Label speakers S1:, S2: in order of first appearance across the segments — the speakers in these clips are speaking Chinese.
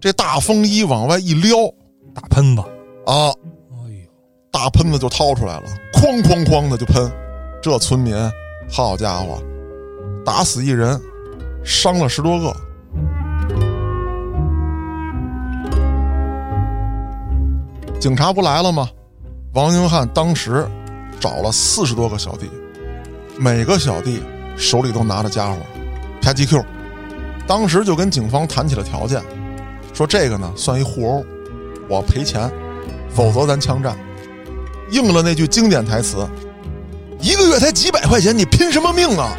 S1: 这大风衣往外一撩
S2: 大喷子，
S1: 啊，
S2: 哎呦，
S1: 大喷子就掏出来了，哐哐哐的就喷。这村民，好家伙，打死一人，伤了十多个。警察不来了吗？王英汉当时找了四十多个小弟，每个小弟手里都拿着家伙，啪叽 Q。当时就跟警方谈起了条件，说这个呢算一互殴，我赔钱，否则咱枪战。应了那句经典台词：“一个月才几百块钱，你拼什么命啊？”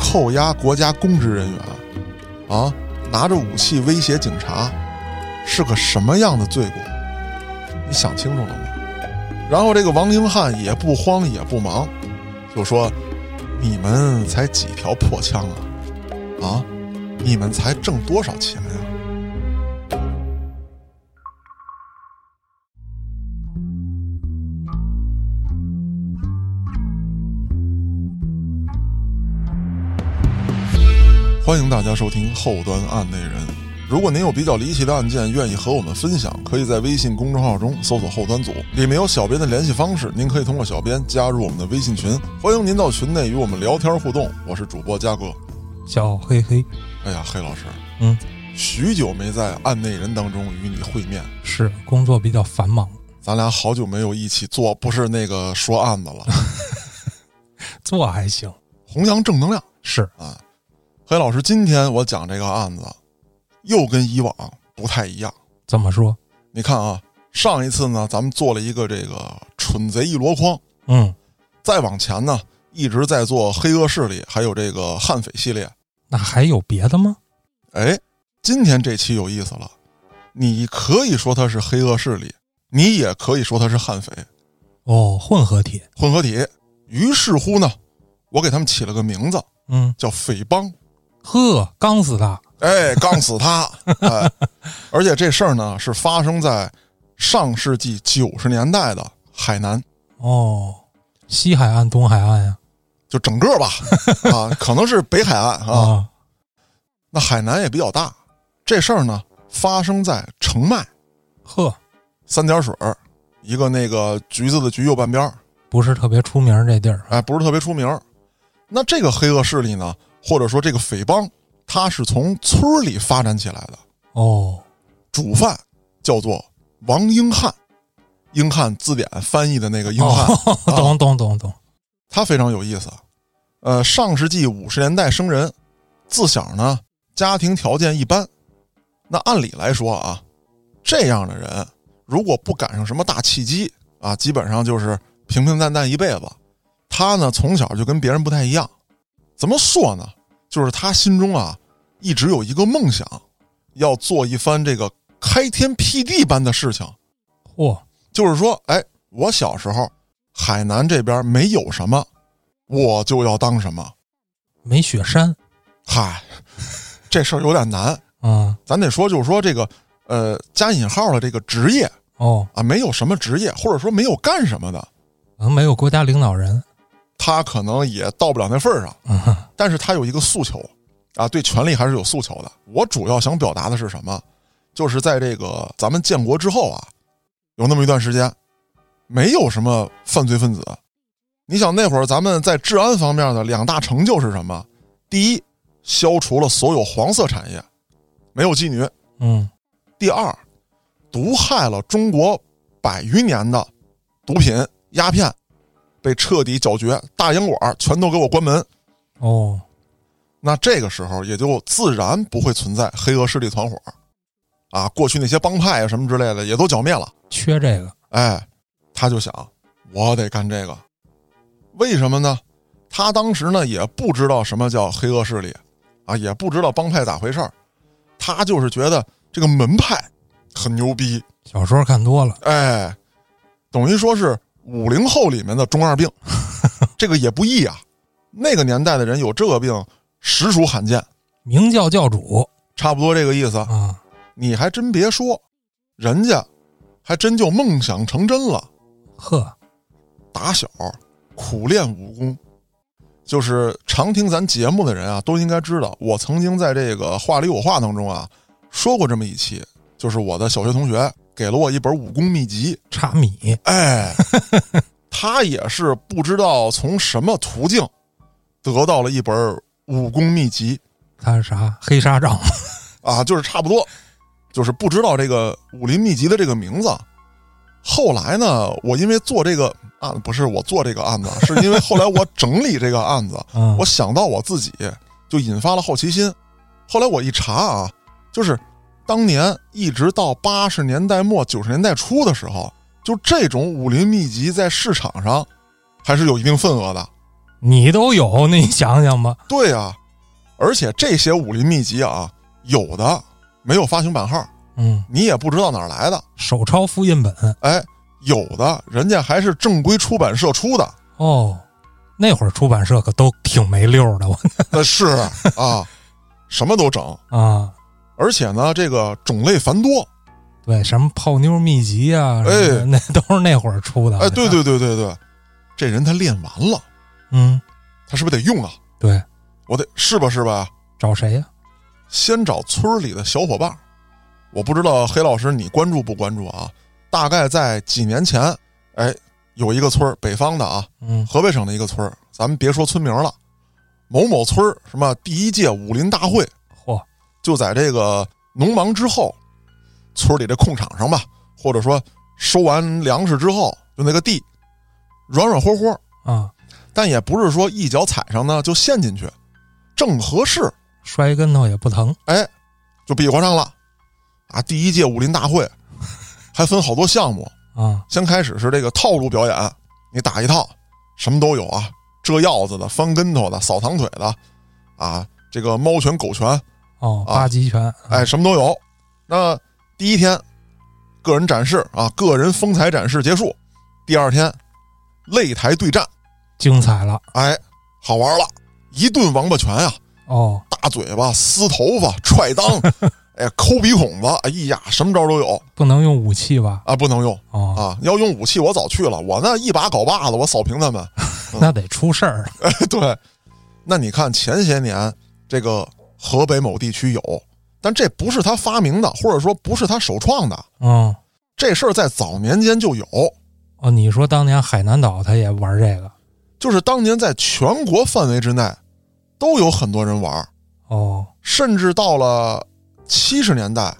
S1: 扣押国家公职人员，啊，拿着武器威胁警察，是个什么样的罪过？你想清楚了吗？然后这个王英汉也不慌也不忙，就说：“你们才几条破枪啊，啊，你们才挣多少钱呀、欢迎大家收听《后端案内人》。如果您有比较离奇的案件，愿意和我们分享，可以在微信公众号中搜索“后端组”，里面有小编的联系方式，您可以通过小编加入我们的微信群。欢迎您到群内与我们聊天互动。我是主播嘉哥。
S2: 小黑黑，
S1: 哎呀，黑老师，
S2: 嗯，
S1: 许久没在案内人当中与你会面，
S2: 是工作比较繁忙，
S1: 咱俩好久没有一起做，不是那个说案子了，
S2: 做还行，
S1: 弘扬正能量。
S2: 是
S1: 黑老师，今天我讲这个案子，又跟以往不太一样。
S2: 怎么说？
S1: 你看啊，上一次呢，咱们做了一个这个蠢贼一箩筐，
S2: 嗯，
S1: 再往前呢，一直在做黑恶势力，还有这个悍匪系列。
S2: 那还有别的吗？
S1: 哎，今天这期有意思了，你可以说它是黑恶势力，你也可以说它是悍匪
S2: 哦，混合体，
S1: 混合体。于是乎呢，我给他们起了个名字
S2: 嗯，
S1: 叫匪帮。
S2: 呵，刚死他，
S1: 哎，杠死他！ 哎，而且这事儿呢是发生在上世纪九十年代的海南。
S2: 哦，西海岸、东海岸呀、
S1: 就整个吧， 啊，可能是北海岸
S2: 啊，
S1: 啊，那海南也比较大。这事儿呢，发生在澄迈
S2: 呵，
S1: 三点水儿一个那个橘子的橘右半边儿，
S2: 不是特别出名儿这地儿，
S1: 哎，不是特别出名儿。那这个黑恶势力呢，或者说这个匪帮，它是从村儿里发展起来的。
S2: 哦，
S1: 主犯叫做王英汉，英汉字典翻译的那个英汉，
S2: 哦、 懂懂懂懂，
S1: 他非常有意思。呃，上世纪五十年代生人，自小呢家庭条件一般。那按理来说啊，这样的人如果不赶上什么大契机啊，基本上就是平平淡淡一辈子。他呢从小就跟别人不太一样，怎么说呢？就是他心中啊一直有一个梦想，要做一番这个开天辟地般的事情。
S2: 嚯、
S1: 就是说，哎，我小时候海南这边没有什么，我就要当什么。
S2: 没雪山，
S1: 嗨，这事儿有点难，
S2: 嗯，
S1: 咱得说，就是说这个，呃，加引号的这个职业
S2: 哦，
S1: 啊，没有什么职业，或者说没有干什么的，
S2: 可能没有国家领导人，
S1: 他可能也到不了那份儿上。
S2: 嗯哼，
S1: 但是他有一个诉求啊，对权力还是有诉求的。我主要想表达的是什么？就是在这个咱们建国之后啊，有那么一段时间，没有什么犯罪分子。你想那会儿咱们在治安方面的两大成就是什么？第一，消除了所有黄色产业，没有妓女；
S2: 嗯，
S1: 第二，毒害了中国百余年的毒品、鸦片，被彻底搅绝，大烟馆全都给我关门。
S2: 哦，
S1: 那这个时候也就自然不会存在黑恶势力团伙，啊，过去那些帮派啊什么之类的也都剿灭了。
S2: 缺这个，
S1: 哎，他就想，我得干这个，为什么呢？他当时呢也不知道什么叫黑恶势力，啊，也不知道帮派咋回事儿，他就是觉得这个门派很牛逼，
S2: 小说看多了，
S1: 哎，等于说是五零后里面的中二病， 这个也不易啊。那个年代的人有这个病实属罕见，
S2: 明教教主
S1: 差不多这个意思。
S2: 啊，
S1: 你还真别说，人家还真就梦想成真了。
S2: 呵，
S1: 打小苦练武功，就是常听咱节目的人啊，都应该知道，我曾经在这个“话里有话”当中啊说过这么一期，就是我的小学同学给了我一本武功秘籍，
S2: 插米，
S1: 哎，他也是不知道从什么途径得到了一本武功秘籍
S2: 他是啥黑纱帐？
S1: 啊，就是差不多，就是不知道这个武林秘籍的这个名字。后来呢，我因为做这个案不是我做这个案子，啊是因为后来我整理这个案子，
S2: 嗯，
S1: 我想到我自己，就引发了好奇心。后来我一查啊，就是当年一直到八十年代末九十年代初的时候，就这种武林秘籍在市场上还是有一定份额的。
S2: 你都有，那你想想吧。
S1: 对啊，而且这些武林秘籍啊，有的没有发行版号，
S2: 嗯，
S1: 你也不知道哪儿来的。
S2: 手抄复印本
S1: 哎，有的人家还是正规出版社出的，
S2: 哦，那会儿出版社可都挺没溜儿的，我
S1: 那是啊，什么都整，
S2: 啊，
S1: 而且呢，这个种类繁多。
S2: 对，什么泡妞秘籍啊，
S1: 哎
S2: 什么的那都是那会儿出的。
S1: 哎，对，对对对对，这人他练完了，
S2: 嗯，
S1: 他是不是得用啊？
S2: 对，
S1: 我得是吧是吧？
S2: 找谁呀、
S1: 先找村里的小伙伴儿。我不知道黑老师你关注不关注啊？大概在几年前，哎，有一个村儿，北方的啊，
S2: 嗯，
S1: 河北省的一个村儿，咱们别说村名了，某某村儿什么第一届武林大会
S2: 嚯，
S1: 就在这个农忙之后，村里这空场上吧，或者说收完粮食之后，就那个地软软和和，
S2: 啊，
S1: 但也不是说一脚踩上呢就陷进去，正合适哎
S2: 摔跟头也不疼。
S1: 就比划上了。啊，第一届武林大会还分好多项目，
S2: 啊，
S1: 先开始是这个套路表演，你打一套，什么都有啊，这腰子的、翻跟头的、扫堂腿的，啊，这个猫拳、狗拳，
S2: 哦，
S1: 啊
S2: 八极拳，
S1: 哎，什么都有。那第一天个人展示啊，个人风采展示结束，第二天擂台对战，
S2: 精彩了。
S1: 哎，好玩了，一顿王八拳啊，
S2: 哦，
S1: 大嘴巴、撕头发、踹裆，哎呀，抠鼻孔子，哎呀，什么招都有
S2: 不能用武器吧？
S1: 啊！不能用
S2: 哦，
S1: 啊，要用武器我早去了，我那一把镐把子，我扫平他们。
S2: 那得出事儿。
S1: 对，那你看前些年这个河北某地区有，但这不是他发明的，或者说不是他首创的，
S2: 嗯，
S1: 这事儿在早年间就有，
S2: 哦，你说当年海南岛他也玩这个？
S1: 就是当年在全国范围之内都有很多人玩儿。
S2: 哦，
S1: 甚至到了七十年代，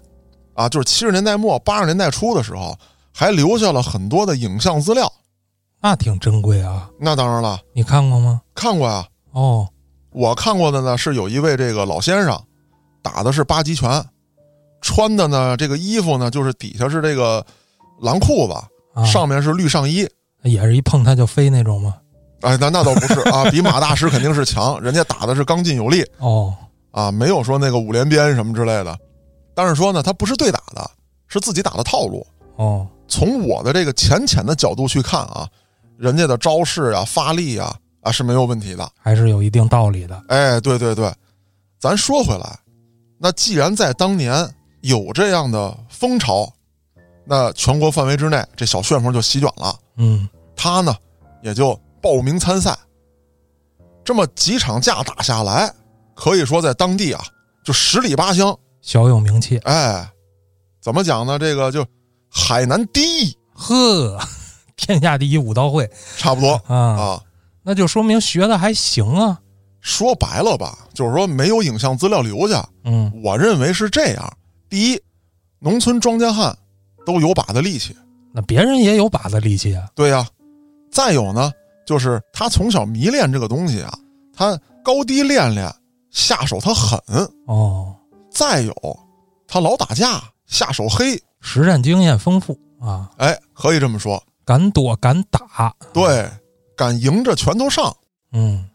S1: 啊，就是七十年代末八十年代初的时候，还留下了很多的影像资料。
S2: 那挺珍贵啊。
S1: 那当然了，
S2: 你看过吗？
S1: 看过呀，
S2: 哦，
S1: 我看过的呢是有一位这个老先生，打的是八极拳，穿的呢这个衣服呢就是底下是这个蓝裤子，
S2: 啊，
S1: 上面是绿上衣。
S2: 也是一碰他就飞那种吗？
S1: 哎，那那倒不是啊，比马大师肯定是强，人家打的是刚劲有力
S2: 哦，
S1: 啊，没有说那个五连鞭什么之类的。但是说呢，他不是对打的，是自己打的套路。
S2: 哦，
S1: 从我的这个浅浅的角度去看啊，人家的招式啊、发力啊啊是没有问题的。
S2: 还是有一定道理的。
S1: 哎，对对对，咱说回来，那既然在当年有这样的风潮，那全国范围之内这小旋风就席卷了，
S2: 嗯，
S1: 他呢也就报名参赛。这么几场架打下来，可以说在当地啊就十里八乡，
S2: 小有名气。
S1: 哎，怎么讲呢？这个就海南第一，
S2: 呵， 天下第一武道会
S1: 差不多
S2: 啊，
S1: 啊。
S2: 那就说明学的还行啊。
S1: 说白了吧，就是说没有影像资料留下，
S2: 嗯，
S1: 我认为是这样：第一，农村庄稼汉都有把子力气，
S2: 那别人也有把子力气啊。
S1: 对呀、再有呢，就是他从小迷恋这个东西啊，他高低练练，下手他狠；
S2: 哦，
S1: 再有，他老打架，下手黑。
S2: 实战经验丰富啊，
S1: 哎，可以这么说，
S2: 敢躲敢打。，
S1: 对，敢迎着拳头上。
S2: 嗯，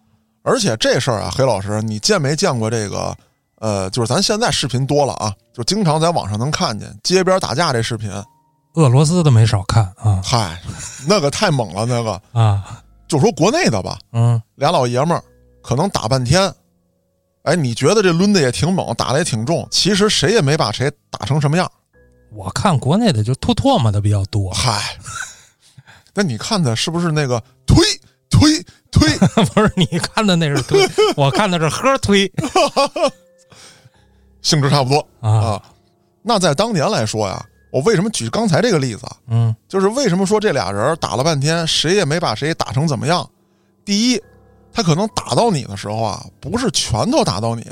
S1: 而且这事儿啊，黑老师，你见没见过这个？呃，就是咱现在视频多了啊，就经常在网上能看见街边打架这视频。
S2: 俄罗斯的没少看啊
S1: 嗨，那个太猛了，那个
S2: 啊，
S1: 就说国内的吧，
S2: 嗯，
S1: 俩老爷们儿可能打半天，哎，你觉得这抡的也挺猛，打的也挺重，其实谁也没把谁打成什么样。
S2: 我看国内的就吐唾沫的 比较多。
S1: 嗨，那你看的是不是那个推推推
S2: 不是你看的那是推，我看的是呵推
S1: 性质差不多
S2: 啊，
S1: 啊。那在当年来说呀，我为什么举刚才这个例子啊？
S2: 嗯
S1: 就是为什么说这俩人打了半天，谁也没把谁打成怎么样？第一，他可能打到你的时候啊，不是拳头打到你，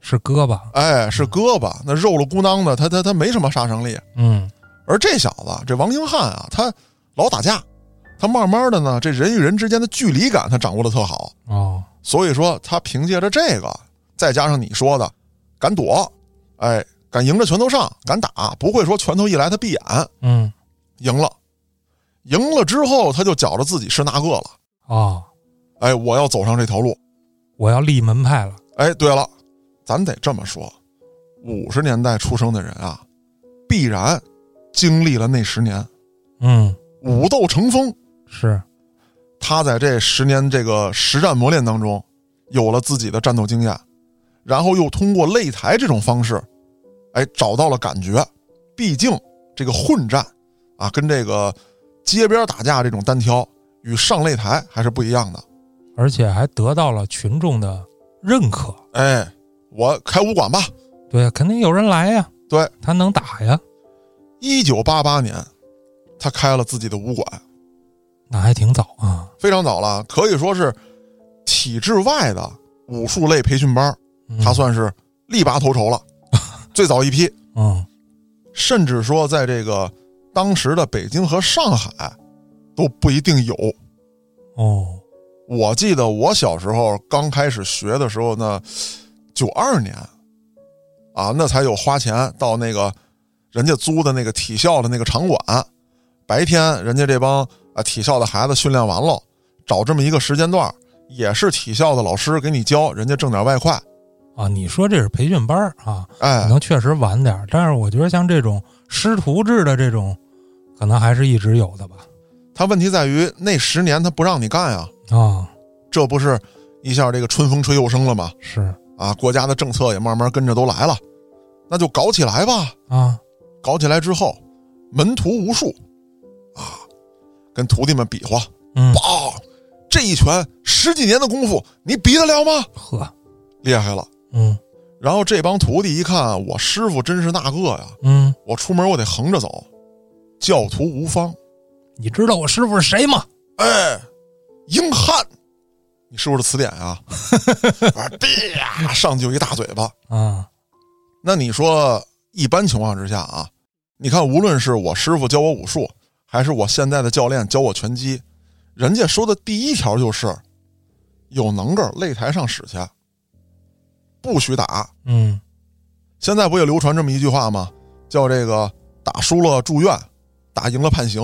S2: 是胳膊，
S1: 哎，是胳膊，那肉了咕囔的，他他他没什么杀伤力。
S2: 嗯
S1: 而这小子，这王英汉啊，他老打架，他慢慢的呢，这人与人之间的距离感他掌握的特好，
S2: 哦
S1: 所以说他凭借着这个，再加上你说的敢躲，哎，敢迎着拳头上，敢打，不会说拳头一来他闭眼，
S2: 嗯
S1: 赢了，赢了之后他就觉着自己是那个了，
S2: 哦，
S1: 哎，我要走上这条路。
S2: 我要立门派了，
S1: 哎，对了，咱得这么说，五十年代出生的人啊，必然经历了那十年
S2: 嗯
S1: 武斗成风。
S2: 是
S1: 他在这十年这个实战磨练当中，有了自己的战斗经验，然后又通过擂台这种方式，哎，找到了感觉。毕竟这个混战啊，跟这个街边打架这种单挑与上擂台还是不一样的。
S2: 而且还得到了群众的认可。
S1: 哎，我开武馆吧。
S2: 对，肯定有人来呀。
S1: 对，
S2: 他能打呀，
S1: 一九八八年，他开了自己的武馆，
S2: 那还挺早啊。
S1: 非常早了，可以说是体制外的武术类培训班，
S2: 嗯
S1: 他算是力拔头筹了，最早一批。
S2: 嗯
S1: 甚至说在这个当时的北京和上海都不一定有。
S2: 哦
S1: 我记得我小时候刚开始学的时候呢，九二年啊，那才有花钱到那个人家租的那个体校的那个场馆，白天人家这帮啊体校的孩子训练完了，找这么一个时间段，也是体校的老师给你教，人家挣点外快，
S2: 啊，你说这是培训班儿啊，可
S1: 哎，
S2: 能确实晚点儿，但是我觉得像这种师徒制的这种，可能还是一直有的吧。
S1: 他问题在于那十年他不让你干呀，
S2: 啊、
S1: 这不是一下这个春风吹又生了吗？
S2: 是
S1: 啊，国家的政策也慢慢跟着都来了，那就搞起来吧。
S2: 啊，
S1: 搞起来之后，门徒无数，啊，跟徒弟们比划，
S2: 嗯，
S1: 哇，这一拳十几年的功夫，你比得了吗？
S2: 呵，
S1: 厉害了。
S2: 嗯
S1: 然后这帮徒弟一看，啊我师傅真是那个呀，
S2: 嗯，
S1: 我出门我得横着走，教徒无方，
S2: 你知道我师傅是谁吗？
S1: 哎，英汉，你师傅的词典啊，啊，啪，上去就一大嘴巴，
S2: 啊，
S1: 那你说，一般情况之下啊，你看，无论是我师傅教我武术，还是我现在的教练教我拳击，人家说的第一条就是，有能个儿擂台上使去，不许打。
S2: 嗯
S1: 现在不也流传这么一句话吗？叫这个打输了住院，打赢了判刑，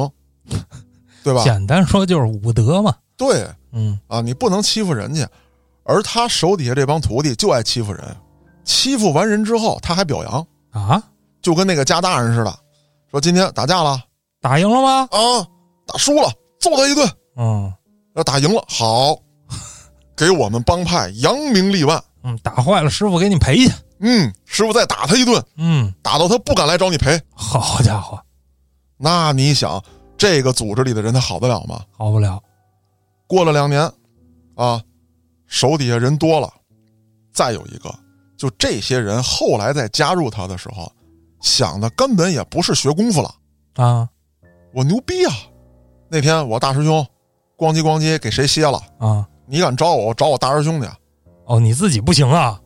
S1: 对 吧？
S2: 简单说就是武德嘛。
S1: 对
S2: 嗯
S1: 啊，你不能欺负人家，而他手底下这帮徒弟就爱欺负人，欺负完人之后他还表扬。
S2: 啊，
S1: 就跟那个家大人似的，说今天打架了
S2: 打赢了吗？
S1: 啊，打输了揍他一顿，
S2: 嗯
S1: 要打赢了好， 给我们帮派扬名立万。
S2: 嗯，打坏了师傅给你赔去。
S1: 嗯，师傅再打他一顿，
S2: 嗯，
S1: 打到他不敢来找你赔。
S2: 好家伙，
S1: 那你想，这个组织里的人他好得了吗？
S2: 好不了。
S1: 过了两年，啊，手底下人多了，再有一个，就这些人后来再加入他的时候，想的根本也不是学功夫了。
S2: 啊
S1: 我牛逼啊！那天我大师兄咣叽咣叽给谁歇了？
S2: 啊
S1: 你敢找我，我找我大师兄去。啊
S2: 哦，你自己不行啊？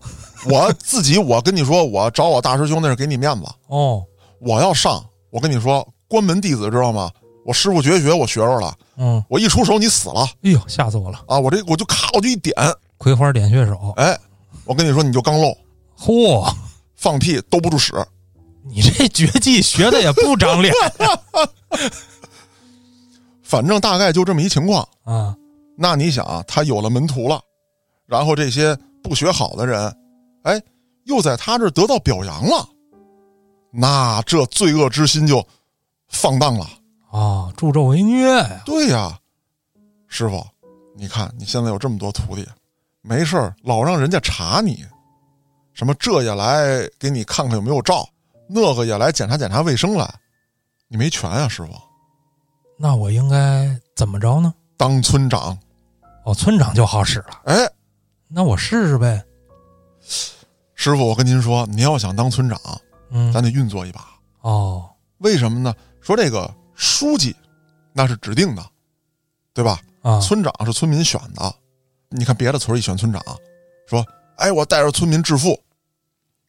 S1: 我自己，我跟你说，我找我大师兄那是给你面子。
S2: 哦，
S1: 我要上，我跟你说，关门弟子知道吗？我师傅绝学，我学着了。
S2: 嗯，
S1: 我一出手，你死了
S2: 哎呦，吓死我了！
S1: 啊！我这我就咔，我就一点，
S2: 葵花点穴手，
S1: 哎，我跟你说，你就刚漏，
S2: 嚯，
S1: 放屁兜不住屎。
S2: 你这绝技学的也不长 脸
S1: 反正大概就这么一情况。
S2: 啊！
S1: 那你想啊，他有了门徒了，然后这些不学好的人，哎，又在他这儿得到表扬了，那这罪恶之心就放荡了。
S2: 啊，助纣为虐呀！
S1: 对呀、师傅，你看你现在有这么多徒弟，没事儿老让人家查你，什么这也来给你看看有没有照，那个也来检查检查卫生来，你没权啊，师傅，
S2: 那我应该怎么着呢？
S1: 当村长
S2: 哦，村长就好使了，
S1: 哎，
S2: 那我试试呗。
S1: 师傅，我跟您说，您要想当村长，
S2: 嗯，
S1: 咱得运作一把。
S2: 哦，
S1: 为什么呢？说这个书记那是指定的，对吧？
S2: 啊，
S1: 村长是村民选的。你看别的村儿一选村长，说：“哎，我带着村民致富。”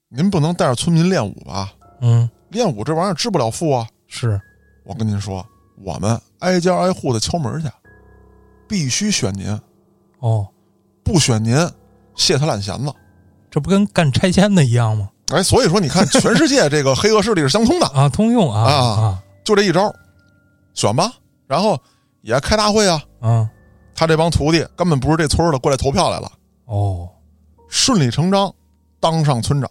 S1: 您不能带着村民练武吧？
S2: 嗯，
S1: 练武这玩意儿致不了富啊！
S2: 是，
S1: 我跟您说，我们挨家挨户的敲门去，必须选您，
S2: 哦，
S1: 不选您，卸他懒弦子。
S2: 这不跟干拆迁的一样吗？
S1: 哎，所以说你看，全世界这个黑恶势力是相通的，
S2: 啊，通用啊
S1: 啊
S2: 啊
S1: 就这一招，选吧，然后也开大会啊。
S2: 嗯，
S1: 他这帮徒弟根本不是这村儿的，过来投票来了，
S2: 哦，
S1: 顺理成章当上村长。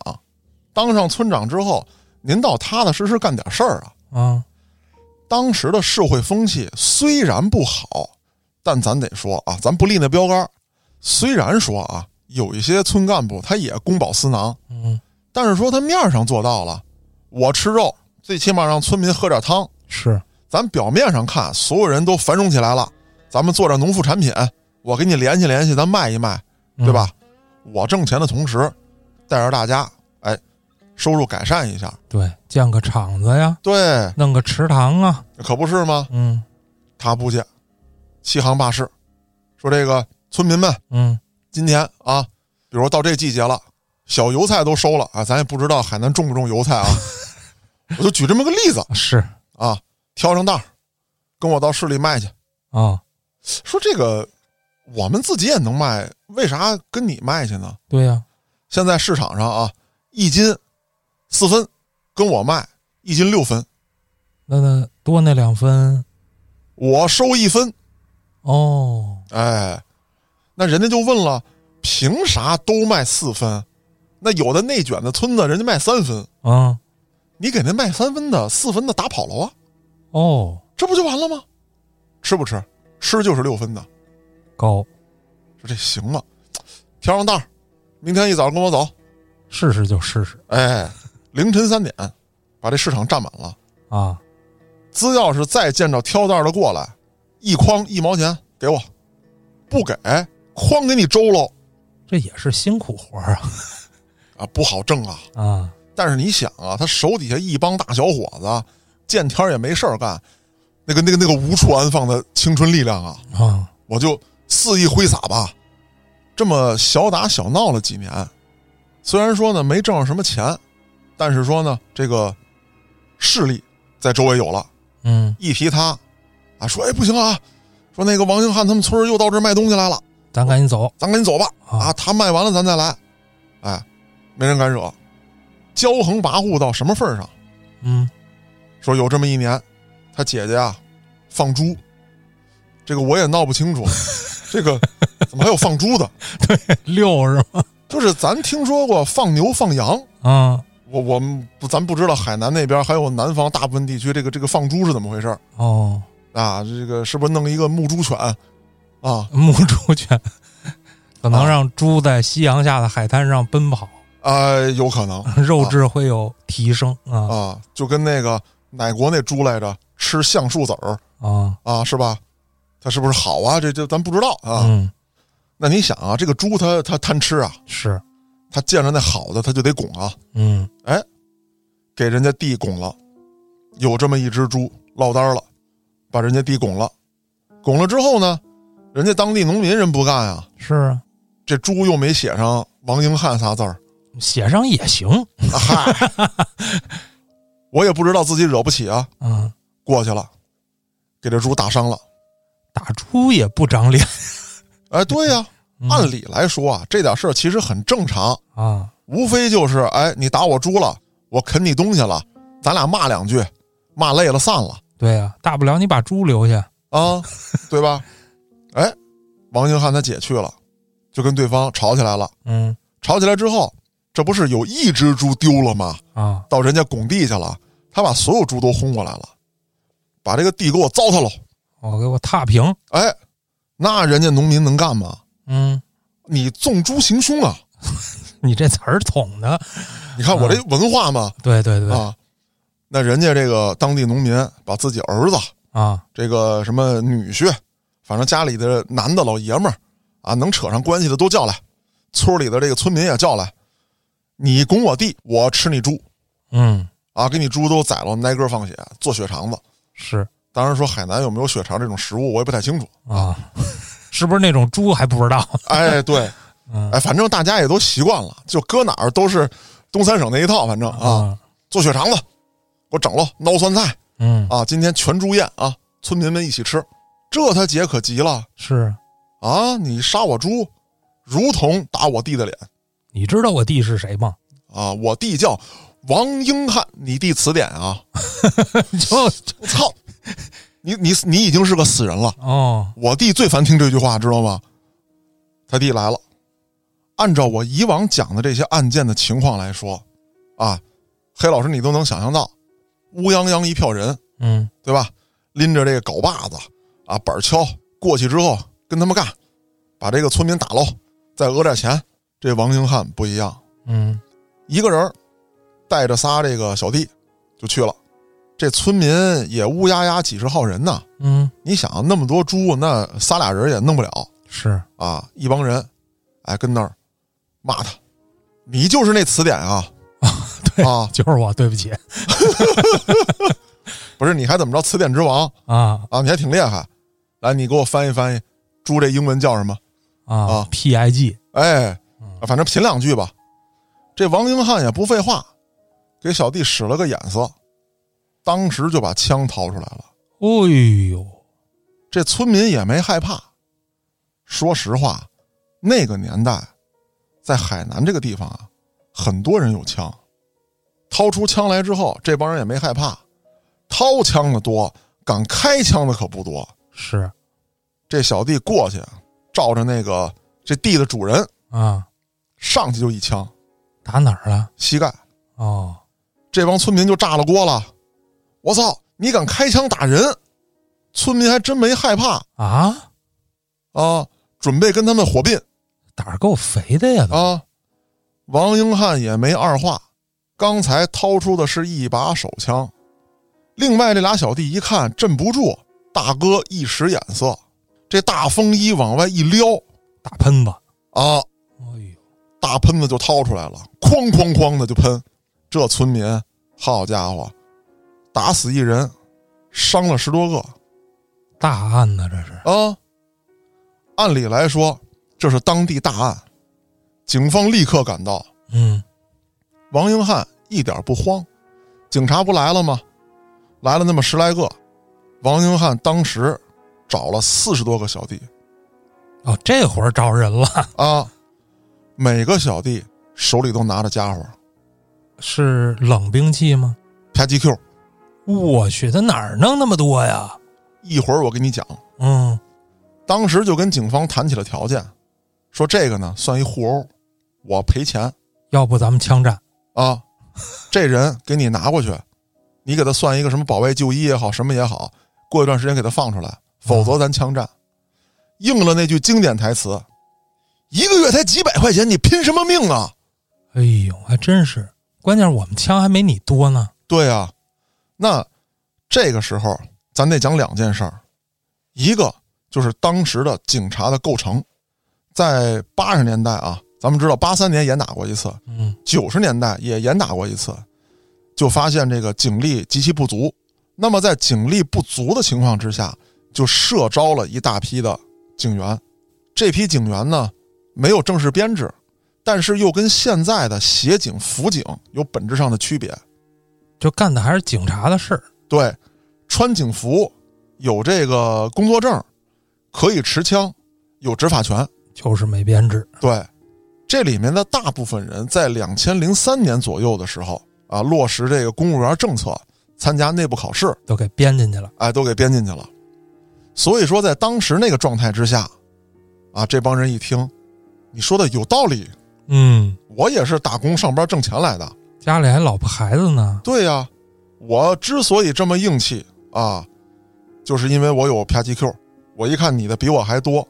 S1: 当上村长之后，您倒踏踏实实干点事儿啊。
S2: 嗯，
S1: 当时的社会风气虽然不好，但咱得说啊，咱不立那标杆儿。虽然说啊，有一些村干部他也公饱私囊，
S2: 嗯，
S1: 但是说他面上做到了，我吃肉，最起码让村民喝点汤。
S2: 是，
S1: 咱表面上看，所有人都繁荣起来了，咱们做点农副产品，我给你联系联系，咱卖一卖，
S2: 嗯
S1: 对吧？？我挣钱的同时，带着大家，哎，收入改善一下，
S2: 对，建个厂子呀，
S1: 对，
S2: 弄个池塘啊，
S1: 可不是吗？
S2: 嗯
S1: 他不见，欺行霸市，说这个村民们
S2: 嗯，
S1: 今天啊，比如到这季节了，小油菜都收了啊，咱也不知道海南种不种油菜啊，我就举这么个例子
S2: 是
S1: 啊，挑上担儿，跟我到市里卖去。
S2: 啊，
S1: 说这个我们自己也能卖，为啥跟你卖去呢？
S2: 对呀，
S1: 现在市场上啊，一斤四分，跟我卖一斤六分，
S2: 那那多那两分
S1: 我收一分。
S2: 哦，
S1: 哎，那人家就问了，凭啥都卖四分？那有的内卷的村子，人家卖三分，
S2: 嗯
S1: 你给那卖三分的、四分的打跑了啊，
S2: 哦，
S1: 这不就完了吗？吃不吃？吃就是六分的，
S2: 高，
S1: 说这行吗？挑上担儿，明天一早跟我走。
S2: 试试就试试
S1: 哎，凌晨三点，把这市场占满了。
S2: 啊，
S1: 资要是再见着挑担儿的过来，一筐一毛钱给我，不给，哐给你周喽
S2: 这也是辛苦活儿啊
S1: 啊，不好挣啊。
S2: 啊，
S1: 但是你想啊，他手底下一帮大小伙子，见天儿也没事儿干，那个那个那个无处安放的青春力量啊，
S2: 啊，
S1: 我就肆意挥洒吧。这么小打小闹了几年，虽然说呢没挣上什么钱，但是说呢这个势力在周围有了。
S2: 嗯，
S1: 一提他，啊，说哎不行啊，说那个王兴汉他们村儿又到这儿卖东西来了，
S2: 咱赶紧走
S1: 咱赶紧走吧。啊，，他卖完了咱再来，哎，没人敢惹，骄横跋扈到什么份儿上？
S2: 嗯，
S1: 说有这么一年，他姐姐啊放猪，这个我也闹不清楚，这个怎么还有放猪的？
S2: 六是吗？
S1: 就是咱听说过放牛放羊，
S2: 啊，
S1: 我我们不咱不知道海南那边还有南方大部分地区这个这个放猪是怎么回事儿
S2: 哦，
S1: 啊？这个是不是弄一个牧猪犬啊
S2: 母猪犬可能
S1: 啊
S2: 让猪在夕阳下的海滩上奔跑，
S1: 啊？有可能
S2: 肉质会有提升啊
S1: 啊，就跟那个哪国那猪来着，吃橡树籽儿
S2: 啊
S1: 啊，是吧？它是不是好啊？这这咱不知道啊。
S2: 嗯
S1: 那你想啊，这个猪它它贪吃啊，
S2: 是
S1: 它见着那好的它就得拱啊，
S2: 嗯
S1: 给人家地拱了。有这么一只猪落单了，把人家地拱了，拱了之后呢，人家当地农民人不干啊，
S2: 是啊，
S1: 这猪又没写上王英汉仨字儿，
S2: 写上也行
S1: 啊嗨，我也不知道自己惹不起啊，
S2: 啊，
S1: 过去了，给这猪打伤了。
S2: 打猪也不长脸，
S1: 哎，对呀、
S2: 嗯
S1: 按理来说啊，这点事儿其实很正常，
S2: 啊
S1: 无非就是哎，你打我猪了，我啃你东西了，咱俩骂两句，骂累了散了
S2: 对呀、大不了你把猪留下
S1: 啊，对吧？哎，王英汉他姐去了，就跟对方吵起来了。
S2: 嗯
S1: 吵起来之后，这不是有一只猪丢了吗？
S2: 啊
S1: 到人家拱地去了，他把所有猪都轰过来了，把这个地给我糟蹋喽！
S2: 我给我踏平
S1: 哎，那人家农民能干吗？
S2: 嗯，
S1: 你纵猪行凶啊！
S2: 你这词儿捅的
S1: 你看我这文化嘛，
S2: 对啊对对
S1: 啊，那人家这个当地农民把自己儿子
S2: 啊
S1: 这个什么女婿，反正家里的男的老爷们儿啊，能扯上关系的都叫来，村里的这个村民也叫来，你拱我地，我吃你猪
S2: 嗯，
S1: 啊，给你猪都宰了，我们挨个放血做血肠子。
S2: 是
S1: 当然说海南有没有血肠这种食物，我也不太 清楚。
S2: 啊，是不是那种猪还不知道？
S1: 哎，对，
S2: 嗯
S1: 哎，反正大家也都习惯了，就搁哪儿都是东三省那一套，反正啊，
S2: 啊，
S1: 做血肠子，给我整喽，捞酸菜
S2: 嗯，
S1: 啊，今天全猪宴啊，村民们一起吃。这他姐可急了
S2: 是
S1: 啊！你杀我猪，如同打我弟的脸
S2: 你知道我弟是谁吗？
S1: 啊！我弟叫王英汉，你弟词典啊！
S2: 就
S1: 我操，你你你已经是个死人了。
S2: 哦，
S1: 我弟最烦听这句话，知道吗？他弟来了，按照我以往讲的这些案件的情况来说，啊，黑老师你都能想象到，乌泱泱一票人，
S2: 嗯
S1: 对吧？拎着这个镐把子啊，板锹过去之后跟他们干，把这个村民打喽，再讹点钱。这王英汉不一样，
S2: 嗯
S1: 一个人儿带着仨这个小弟就去了，这村民也乌压压几十号人呢。
S2: 嗯，
S1: 你想那么多猪，那仨俩人也弄不了
S2: 是
S1: 啊！一帮人，哎，跟那儿骂他，你就是那词典啊！
S2: 对
S1: 啊，
S2: 就是我，对不起
S1: 不是你还怎么着？词典之王
S2: 啊
S1: 啊，你还挺厉害。来，你给我翻译翻译，猪这英文叫什么？
S2: 啊
S1: 啊
S2: ，P I G，
S1: 哎，啊反正品两句吧。这王英汉也不废话，给小弟使了个眼色，当时就把枪掏出来了。
S2: 哎呦，
S1: 这村民也没害怕。说实话，那个年代，在海南这个地方啊，很多人有枪。掏出枪来之后，这帮人也没害怕。掏枪的多，敢开枪的可不多。
S2: 是
S1: 这小弟过去，啊照着那个这地的主人
S2: 啊，
S1: 上去就一枪，
S2: 打哪儿了？
S1: 膝盖。
S2: 哦，
S1: 这帮村民就炸了锅了。我操，你敢开枪打人？村民还真没害怕
S2: 啊，
S1: 啊！准备跟他们火并。
S2: 胆儿够肥的呀，都
S1: 啊，王英汉也没二话，刚才掏出的是一把手枪。另外这俩小弟一看镇不住，大哥一使眼色，这大风衣往外一撩
S2: 大喷子，
S1: 啊，
S2: 哎呦，
S1: 大喷子就掏出来了，哐哐哐的就喷。这村民，好家伙，打死一人，伤了十多个
S2: 大案呢这是，
S1: 啊！按理来说，这是当地大案，警方立刻赶到，
S2: 嗯
S1: 王英汉一点不慌，警察不来了吗？来了那么十来个，王英汉当时找了四十多个小弟
S2: 哦，这会儿招人了，
S1: 啊，每个小弟手里都拿着家伙，
S2: 是冷兵器吗？
S1: 啪叽 Q。
S2: 我去，他哪儿弄那么多呀？
S1: 一会儿我给你讲，
S2: 嗯，
S1: 当时就跟警方谈起了条件，说这个呢算一互殴，我赔钱
S2: 要不咱们枪战？
S1: 啊，这人给你拿过去，你给他算一个什么保外就医也好，什么也好，过一段时间给他放出来，否则咱枪战。应了那句经典台词：“一个月才几百块钱，你拼什么命啊
S2: 哎呦，还真是，关键我们枪还没你多呢。？”
S1: 对啊，那这个时候咱得讲两件事儿，一个就是当时的警察的构成，在八十年代啊，咱们知道八三年严打过一次，
S2: 嗯
S1: 九十年代也严打过一次，就发现这个警力极其不足。那么在警力不足的情况之下，就社招了一大批的警员。这批警员呢，没有正式编制，但是又跟现在的协警、辅警有本质上的区别。
S2: 就干的还是警察的事儿。
S1: 对，穿警服，有这个工作证，可以持枪，有执法权。
S2: 就是没编制。
S1: 对，这里面的大部分人在两千零三年左右的时候啊，落实这个公务员政策，参加内部考试，
S2: 都给编进去了。
S1: 哎，都给编进去了。所以说，在当时那个状态之下，啊，这帮人一听，你说的有道理，
S2: 嗯，
S1: 我也是打工上班挣钱来的。
S2: 家里还老婆孩子呢。
S1: 对呀、我之所以这么硬气啊，就是因为我有啪叽 Q。我一看你的比我还多，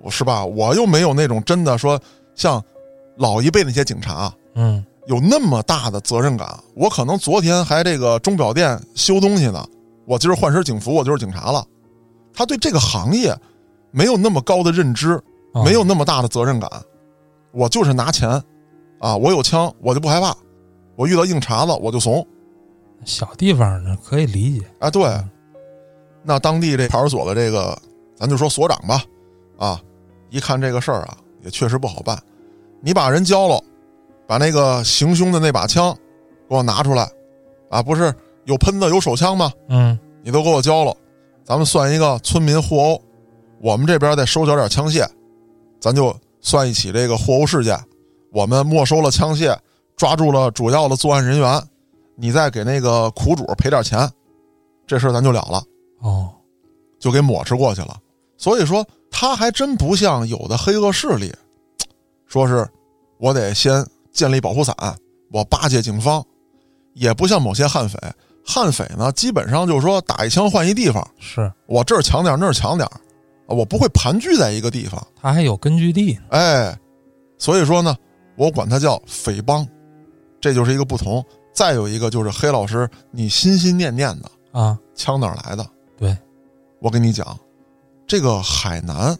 S1: 我是吧？我又没有那种真的说像老一辈那些警察啊，
S2: 嗯，
S1: 有那么大的责任感。我可能昨天还这个钟表店修东西呢，我今儿换身警服，我就是警察了。他对这个行业没有那么高的认知，
S2: 啊
S1: 没有那么大的责任感。我就是拿钱，啊，我有枪，我就不害怕。我遇到硬茬子，我就怂。
S2: 小地方呢可以理解，
S1: 啊，对，那当地这派出所的这个，咱就说所长吧，啊，一看这个事儿啊，也确实不好办。你把人交了，把那个行凶的那把枪给我拿出来，啊，不是有喷子有手枪吗？
S2: 嗯
S1: 你都给我交了，咱们算一个村民互殴，我们这边再收缴点枪械，咱就算一起这个互殴事件。我们没收了枪械，抓住了主要的作案人员，你再给那个苦主赔点钱，这事儿咱就了了，
S2: 哦，
S1: 就给抹吃过去了。所以说，他还真不像有的黑恶势力，说是我得先建立保护伞，我巴结警方，也不像某些悍匪。悍匪呢，基本上就是说打一枪换一地方，
S2: 是
S1: 我这儿强点儿那儿强点儿，啊我不会盘踞在一个地方。
S2: 他还有根据地呢，
S1: 哎，所以说呢，我管它叫匪帮，这就是一个不同。再有一个就是黑老师，你心心念念的
S2: 啊，
S1: 枪哪儿来的？
S2: 对，
S1: 我跟你讲，这个海南，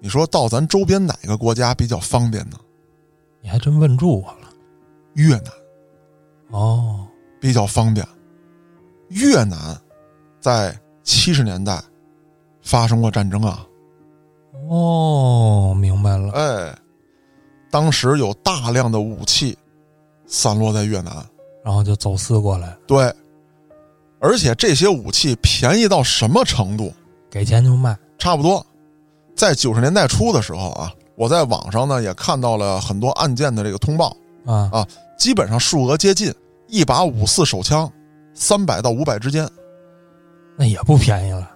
S1: 你说到咱周边哪个国家比较方便呢？
S2: 你还真问住我了，
S1: 越南
S2: 哦，
S1: 比较方便。越南在七十年代发生过战争啊，
S2: 哦，明白了，
S1: 哎，当时有大量的武器散落在越南，
S2: 然后就走私过来，
S1: 对，而且这些武器便宜到什么程度？
S2: 给钱就卖，
S1: 差不多，在九十年代初的时候啊，我在网上呢也看到了很多案件的这个通报，
S2: 啊
S1: 啊基本上数额接近一把五四手枪，三百到五百之间。
S2: 那也不便宜了。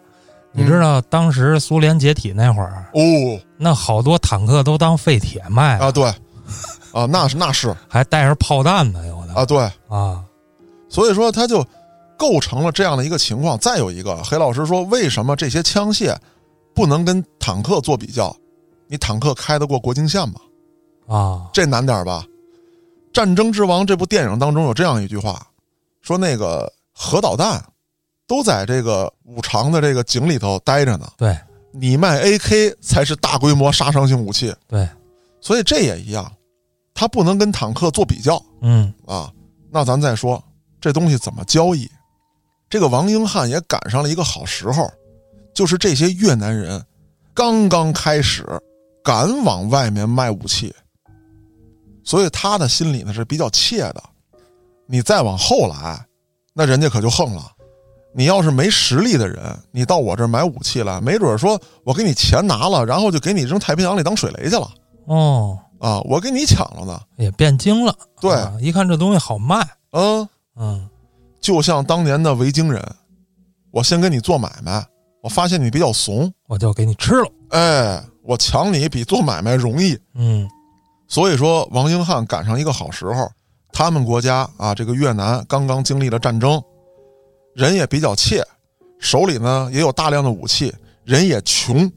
S2: 你
S1: 嗯
S2: 知道当时苏联解体那会儿，
S1: 哦
S2: 那好多坦克都当废铁卖了，
S1: 啊，对，啊那是那是
S2: 还带着炮弹呢，有的
S1: 啊对，
S2: 啊
S1: 所以说它就构成了这样的一个情况。再有一个，黑老师说，为什么这些枪械不能跟坦克做比较？你坦克开得过国境线吗？
S2: 啊
S1: 这难点儿吧？《战争之王》这部电影当中有这样一句话，说那个核导弹都在这个五常的这个井里头待着呢，
S2: 对
S1: 你卖 AK 才是大规模杀伤性武器，
S2: 对，
S1: 所以这也一样，它不能跟坦克做比较。
S2: 嗯
S1: 啊，那咱再说这东西怎么交易。这个王英汉也赶上了一个好时候，就是这些越南人刚刚开始敢往外面卖武器，所以他的心里呢是比较怯的。你再往后来，那人家可就横了。你要是没实力的人，你到我这儿买武器来，没准儿说我给你钱拿了，然后就给你扔太平洋里当水雷去了
S2: 哦，
S1: 啊！我给你抢了呢，
S2: 也变精了，
S1: 对
S2: 啊一看这东西好卖，
S1: 嗯，
S2: 嗯
S1: 就像当年的维京人，我先跟你做买卖，我发现你比较怂，
S2: 我就给你吃了，
S1: 哎，我抢你比做买卖容易。
S2: 嗯
S1: 所以说，王英汉赶上一个好时候，他们国家啊，这个越南刚刚经历了战争，人也比较怯，手里呢也有大量的武器，人也穷，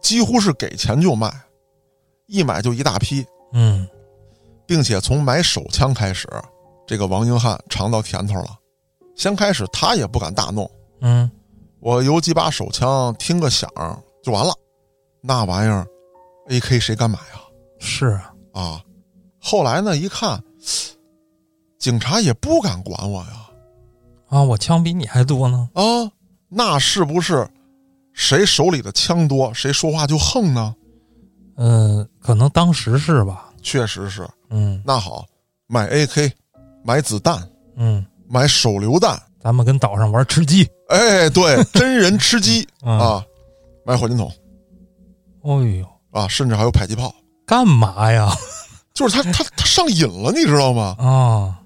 S1: 几乎是给钱就卖，一买就一大批，
S2: 嗯，
S1: 并且从买手枪开始，这个王英汉尝到甜头了。先开始他也不敢大弄。
S2: 嗯，
S1: 我有几把手枪，听个响儿就完了。那玩意儿，AK 谁敢买啊？
S2: 是啊，
S1: 啊！后来呢，一看，警察也不敢管我呀。
S2: 啊，我枪比你还多呢，
S1: 啊，那是不是谁手里的枪多，谁说话就横呢？
S2: 嗯，可能当时是吧，
S1: 确实是。
S2: 嗯
S1: 那好，买 AK，买子弹，
S2: 嗯，
S1: 买手榴弹。
S2: 咱们跟岛上玩吃鸡，
S1: 哎，对，真人吃鸡
S2: 嗯，
S1: 啊，买火箭筒
S2: 哦呦，
S1: 啊，甚至还有迫击炮。
S2: 干嘛呀？
S1: 就是他，他他上瘾了，你知道吗？
S2: 啊，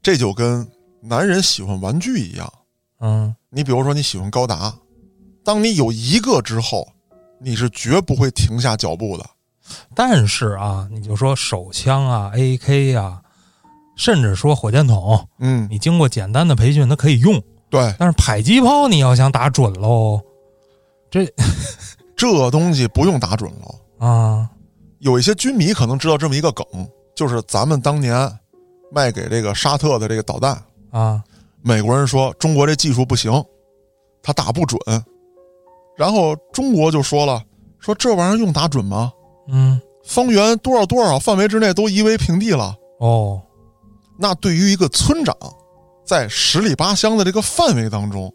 S1: 这就跟男人喜欢玩具一样。
S2: 嗯，
S1: 你比如说，你喜欢高达，当你有一个之后，你是绝不会停下脚步的。
S2: 但是啊，你就说手枪啊、AK 啊，甚至说火箭筒，
S1: 嗯，
S2: 你经过简单的培训，它可以用。
S1: 对，
S2: 但是迫击炮，你要想打准喽，
S1: 这东西不用打准了。
S2: 啊，
S1: 有一些军迷可能知道这么一个梗，就是咱们当年卖给这个沙特的这个导弹，
S2: 啊，
S1: 美国人说中国这技术不行，他打不准，然后中国就说了，说这玩意儿用打准吗？
S2: 嗯，
S1: 方圆多少多少范围之内都夷为平地了。
S2: 哦，
S1: 那对于一个村长，在十里八乡的这个范围当中，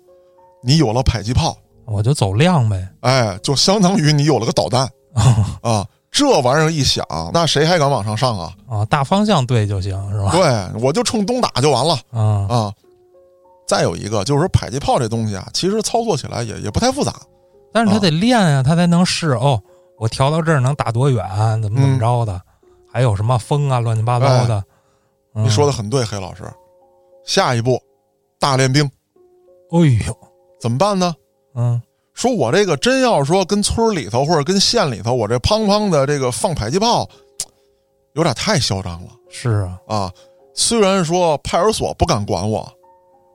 S1: 你有了迫击炮，
S2: 我就走量呗。
S1: 哎，就相当于你有了个导弹啊。这玩意儿一响，那谁还敢往上上啊？
S2: 啊，大方向对就行，是吧？
S1: 对，我就冲东打就完了
S2: 嗯
S1: 啊。再有一个就是说，迫击炮这东西啊，其实操作起来也也不太复杂。
S2: 但是他
S1: 啊
S2: 得练呀、他才能试哦。我调到这儿能打多远？怎
S1: 嗯
S2: 么怎么着的？还有什么风啊，乱七八糟的。嗯
S1: 哎你说的，很对，黑老师。下一步，大练兵
S2: 哎呦，
S1: 怎么办呢？
S2: 嗯
S1: 说我这个真要是说跟村儿里头或者跟县里头，我这砰砰的这个放迫击炮，有点太嚣张了。
S2: 是啊，
S1: 啊，虽然说派出所不敢管我，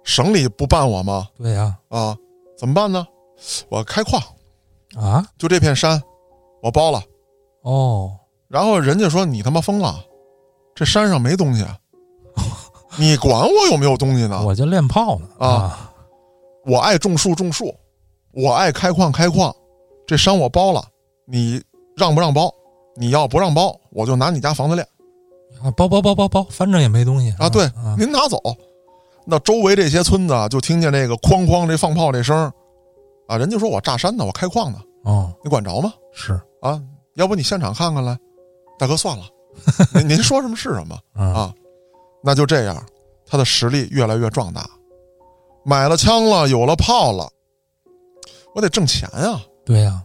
S1: 省里不办我吗？
S2: 对呀、
S1: 啊，怎么办呢？我开矿，
S2: 啊，
S1: 就这片山，我包了。
S2: 哦，
S1: 然后人家说你他妈疯了，这山上没东西，啊你管我有没有东西呢？
S2: 我就练炮呢
S1: 啊我爱种树种树，我爱开矿开矿，这山我包了，你让不让包？你要不让包，我就拿你家房子练
S2: 啊，包包包包包，反正也没东西
S1: 啊！对，
S2: 啊，
S1: 您拿走。那周围这些村子啊，就听见这个哐哐这放炮这声儿，啊，人就说我炸山呢，我开矿呢，
S2: 哦，
S1: 你管着吗？
S2: 是，
S1: 啊，要不你现场看看来，大哥算了， 您您说什么是什么。
S2: 嗯
S1: 啊那就这样，他的实力越来越壮大，买了枪了，有了炮了，我得挣钱啊。
S2: 对呀、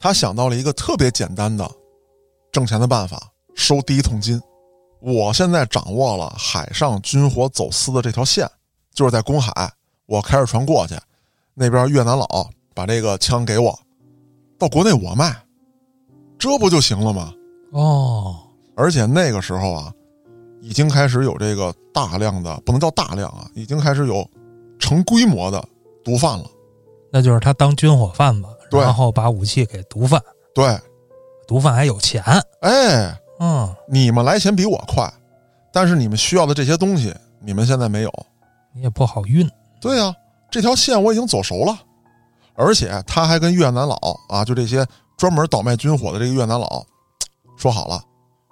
S1: 他想到了一个特别简单的挣钱的办法，收第一桶金。我现在掌握了海上军火走私的这条线，就是在公海，我开着船过去，那边越南佬把这个枪给我，到国内我卖，这不就行了吗？
S2: 哦，
S1: 而且那个时候啊，已经开始有这个大量的，不能叫大量啊，已经开始有成规模的毒贩了。
S2: 那就是他当军火贩子，
S1: 对
S2: 然后把武器给毒贩，
S1: 对，
S2: 毒贩还有钱，
S1: 哎，
S2: 嗯，
S1: 你们来钱比我快，但是你们需要的这些东西，你们现在没有。
S2: 你也不好运，
S1: 对呀、这条线我已经走熟了，而且他还跟越南佬啊，就这些专门倒卖军火的这个越南佬，说好了，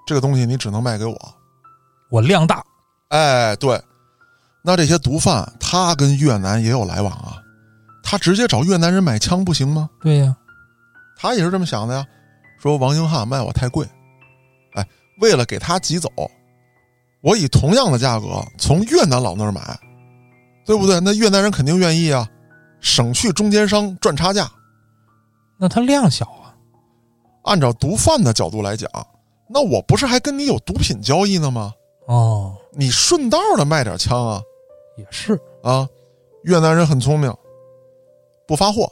S1: 这个东西你只能卖给我。
S2: 我量大，
S1: 哎，对，那这些毒贩他跟越南也有来往啊，他直接找越南人买枪不行吗？
S2: 对呀、
S1: 他也是这么想的呀，说王英汉卖我太贵，哎，为了给他挤走，我以同样的价格从越南佬那儿买，对不对？那越南人肯定愿意啊，省去中间商赚差价。
S2: 那他量小啊，
S1: 按照毒贩的角度来讲，那我不是还跟你有毒品交易呢吗？
S2: 哦，
S1: 你顺道的卖点枪啊，
S2: 也是
S1: 啊，越南人很聪明，不发货，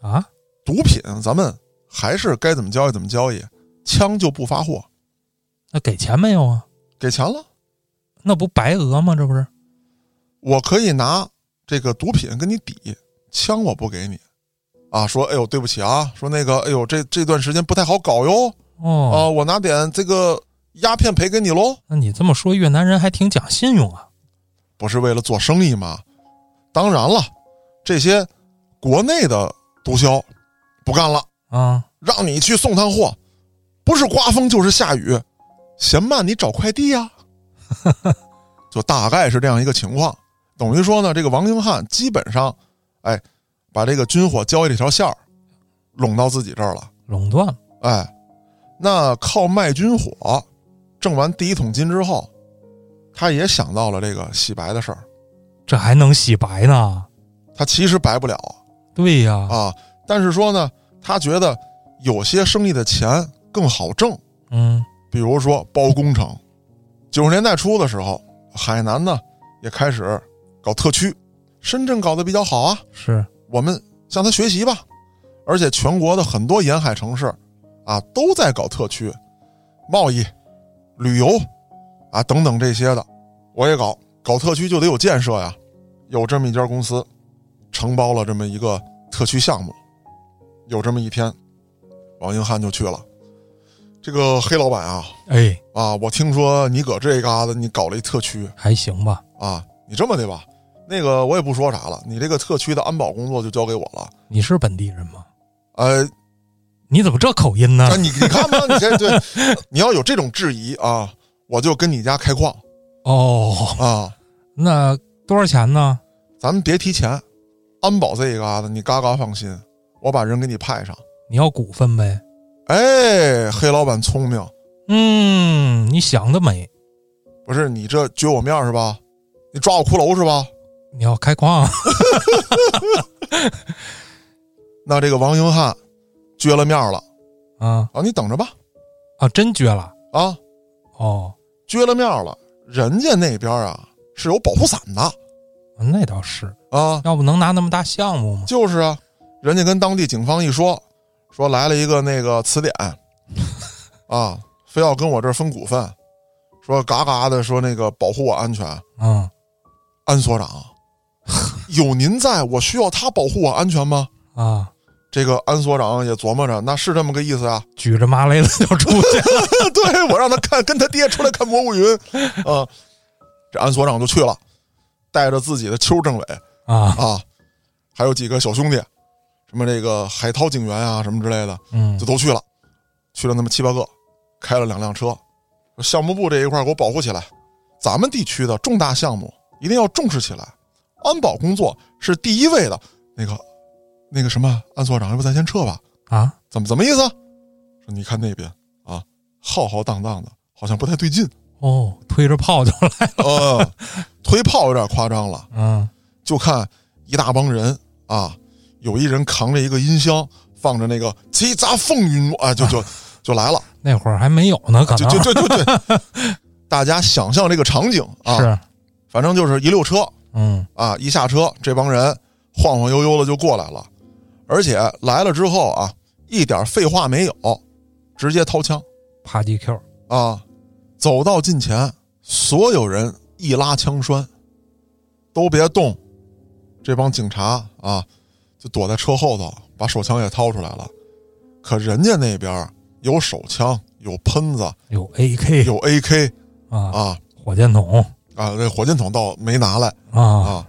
S2: 啊，
S1: 毒品咱们还是该怎么交易怎么交易，枪就不发货，
S2: 那给钱没有啊？
S1: 给钱了，
S2: 那不白讹吗？这不是？
S1: 我可以拿这个毒品跟你抵，枪我不给你，啊，说哎呦对不起啊，说那个哎呦这这段时间不太好搞哟，
S2: 哦，
S1: 啊，我拿点这个鸦片赔给你喽，
S2: 那你这么说，越南人还挺讲信用啊。
S1: 不是为了做生意吗？当然了，这些国内的毒枭不干了。
S2: 啊，
S1: 让你去送趟货，不是刮风就是下雨，嫌慢你找快递呀、就大概是这样一个情况。等于说呢，这个王英汉基本上，哎，把这个军火交易这条线儿拢到自己这儿了。
S2: 垄断了
S1: 哎，那靠卖军火挣完第一桶金之后，他也想到了这个洗白的事儿。
S2: 这还能洗白呢？
S1: 他其实白不了
S2: 对呀、
S1: 啊，但是说呢，他觉得有些生意的钱更好挣，
S2: 嗯，
S1: 比如说包工程。九十年代初的时候，海南呢也开始搞特区，深圳搞得比较好啊，
S2: 是，
S1: 我们向他学习吧。而且全国的很多沿海城市啊都在搞特区，贸易、旅游啊等等这些的，我也搞。搞特区就得有建设呀，有这么一家公司承包了这么一个特区项目。有这么一天，王英汉就去了。这个黑老板啊，
S2: 哎，
S1: 啊，我听说你搁这嘎达你搞了一特区
S2: 还行吧？
S1: 啊，你这么的吧，那个我也不说啥了，你这个特区的安保工作就交给我了。
S2: 你是本地人吗？
S1: 呃，
S2: 你怎么这口音呢
S1: 啊，？你你看吧，你这对，你要有这种质疑啊，我就跟你家开矿
S2: 哦，
S1: 啊，
S2: 那多少钱呢？
S1: 咱们别提钱，安保这一嘎达你嘎嘎放心，我把人给你派上。
S2: 你要股份呗？
S1: 哎，黑老板聪明，
S2: 嗯，你想得美！
S1: 不是你这撅我面儿是吧？你抓我骷髅是吧？
S2: 你要开矿，啊
S1: 那这个王英汉撅了面儿了
S2: 啊
S1: 啊，你等着吧
S2: 啊，真撅了
S1: 啊，
S2: 哦，
S1: 撅了面儿了，人家那边啊是有保护伞的
S2: 那倒是，
S1: 啊，
S2: 要不能拿那么大项目吗？
S1: 就是啊，人家跟当地警方一说，说来了一个那个词典啊，非要跟我这儿分股份，说嘎嘎的说那个保护我安全，
S2: 嗯
S1: 安所长，有您在，我需要他保护我安全吗？
S2: 啊，
S1: 这个安所长也琢磨着，那是这么个意思啊。
S2: 举着麻雷子就出去了。
S1: 对我让他看，跟他爹出来看蘑菇云，啊，这安所长就去了，带着自己的邱政委
S2: 啊，
S1: 啊，还有几个小兄弟，什么这个海涛警员啊，什么之类的，
S2: 嗯
S1: 就都去了，去了那么七八个，开了两辆车，说项目部这一块儿给我保护起来，咱们地区的重大项目一定要重视起来，安保工作是第一位的。那个，那个什么，安所长，要不咱先撤吧？
S2: 啊，
S1: 怎么怎么意思？说你看那边啊，浩浩荡荡的，好像不太对劲。
S2: 哦，推着 炮就来，
S1: 呃，推炮有点夸张了，
S2: 嗯
S1: 就看一大帮人啊，有一人扛着一个音箱，放着那个“七杂风云”啊，就就就来了，
S2: 那会儿还没有呢，可
S1: 就
S2: 能啊
S1: 就就就就， 大家想象这个场景啊，
S2: 是，
S1: 反正就是一溜车
S2: 嗯
S1: 啊，一下车，这帮人晃晃悠悠的就过来了，而且来了之后啊，一点废话没有，直接掏枪。
S2: 帕 GQ
S1: 啊，走到近前，所有人一拉枪栓，都别动。这帮警察啊，就躲在车后头，把手枪也掏出来了。可人家那边有手枪，有喷子，
S2: 有 AK
S1: 有 AK
S2: 啊，
S1: 啊
S2: 火箭筒
S1: 啊，这火箭筒倒没拿来
S2: 啊，
S1: 啊。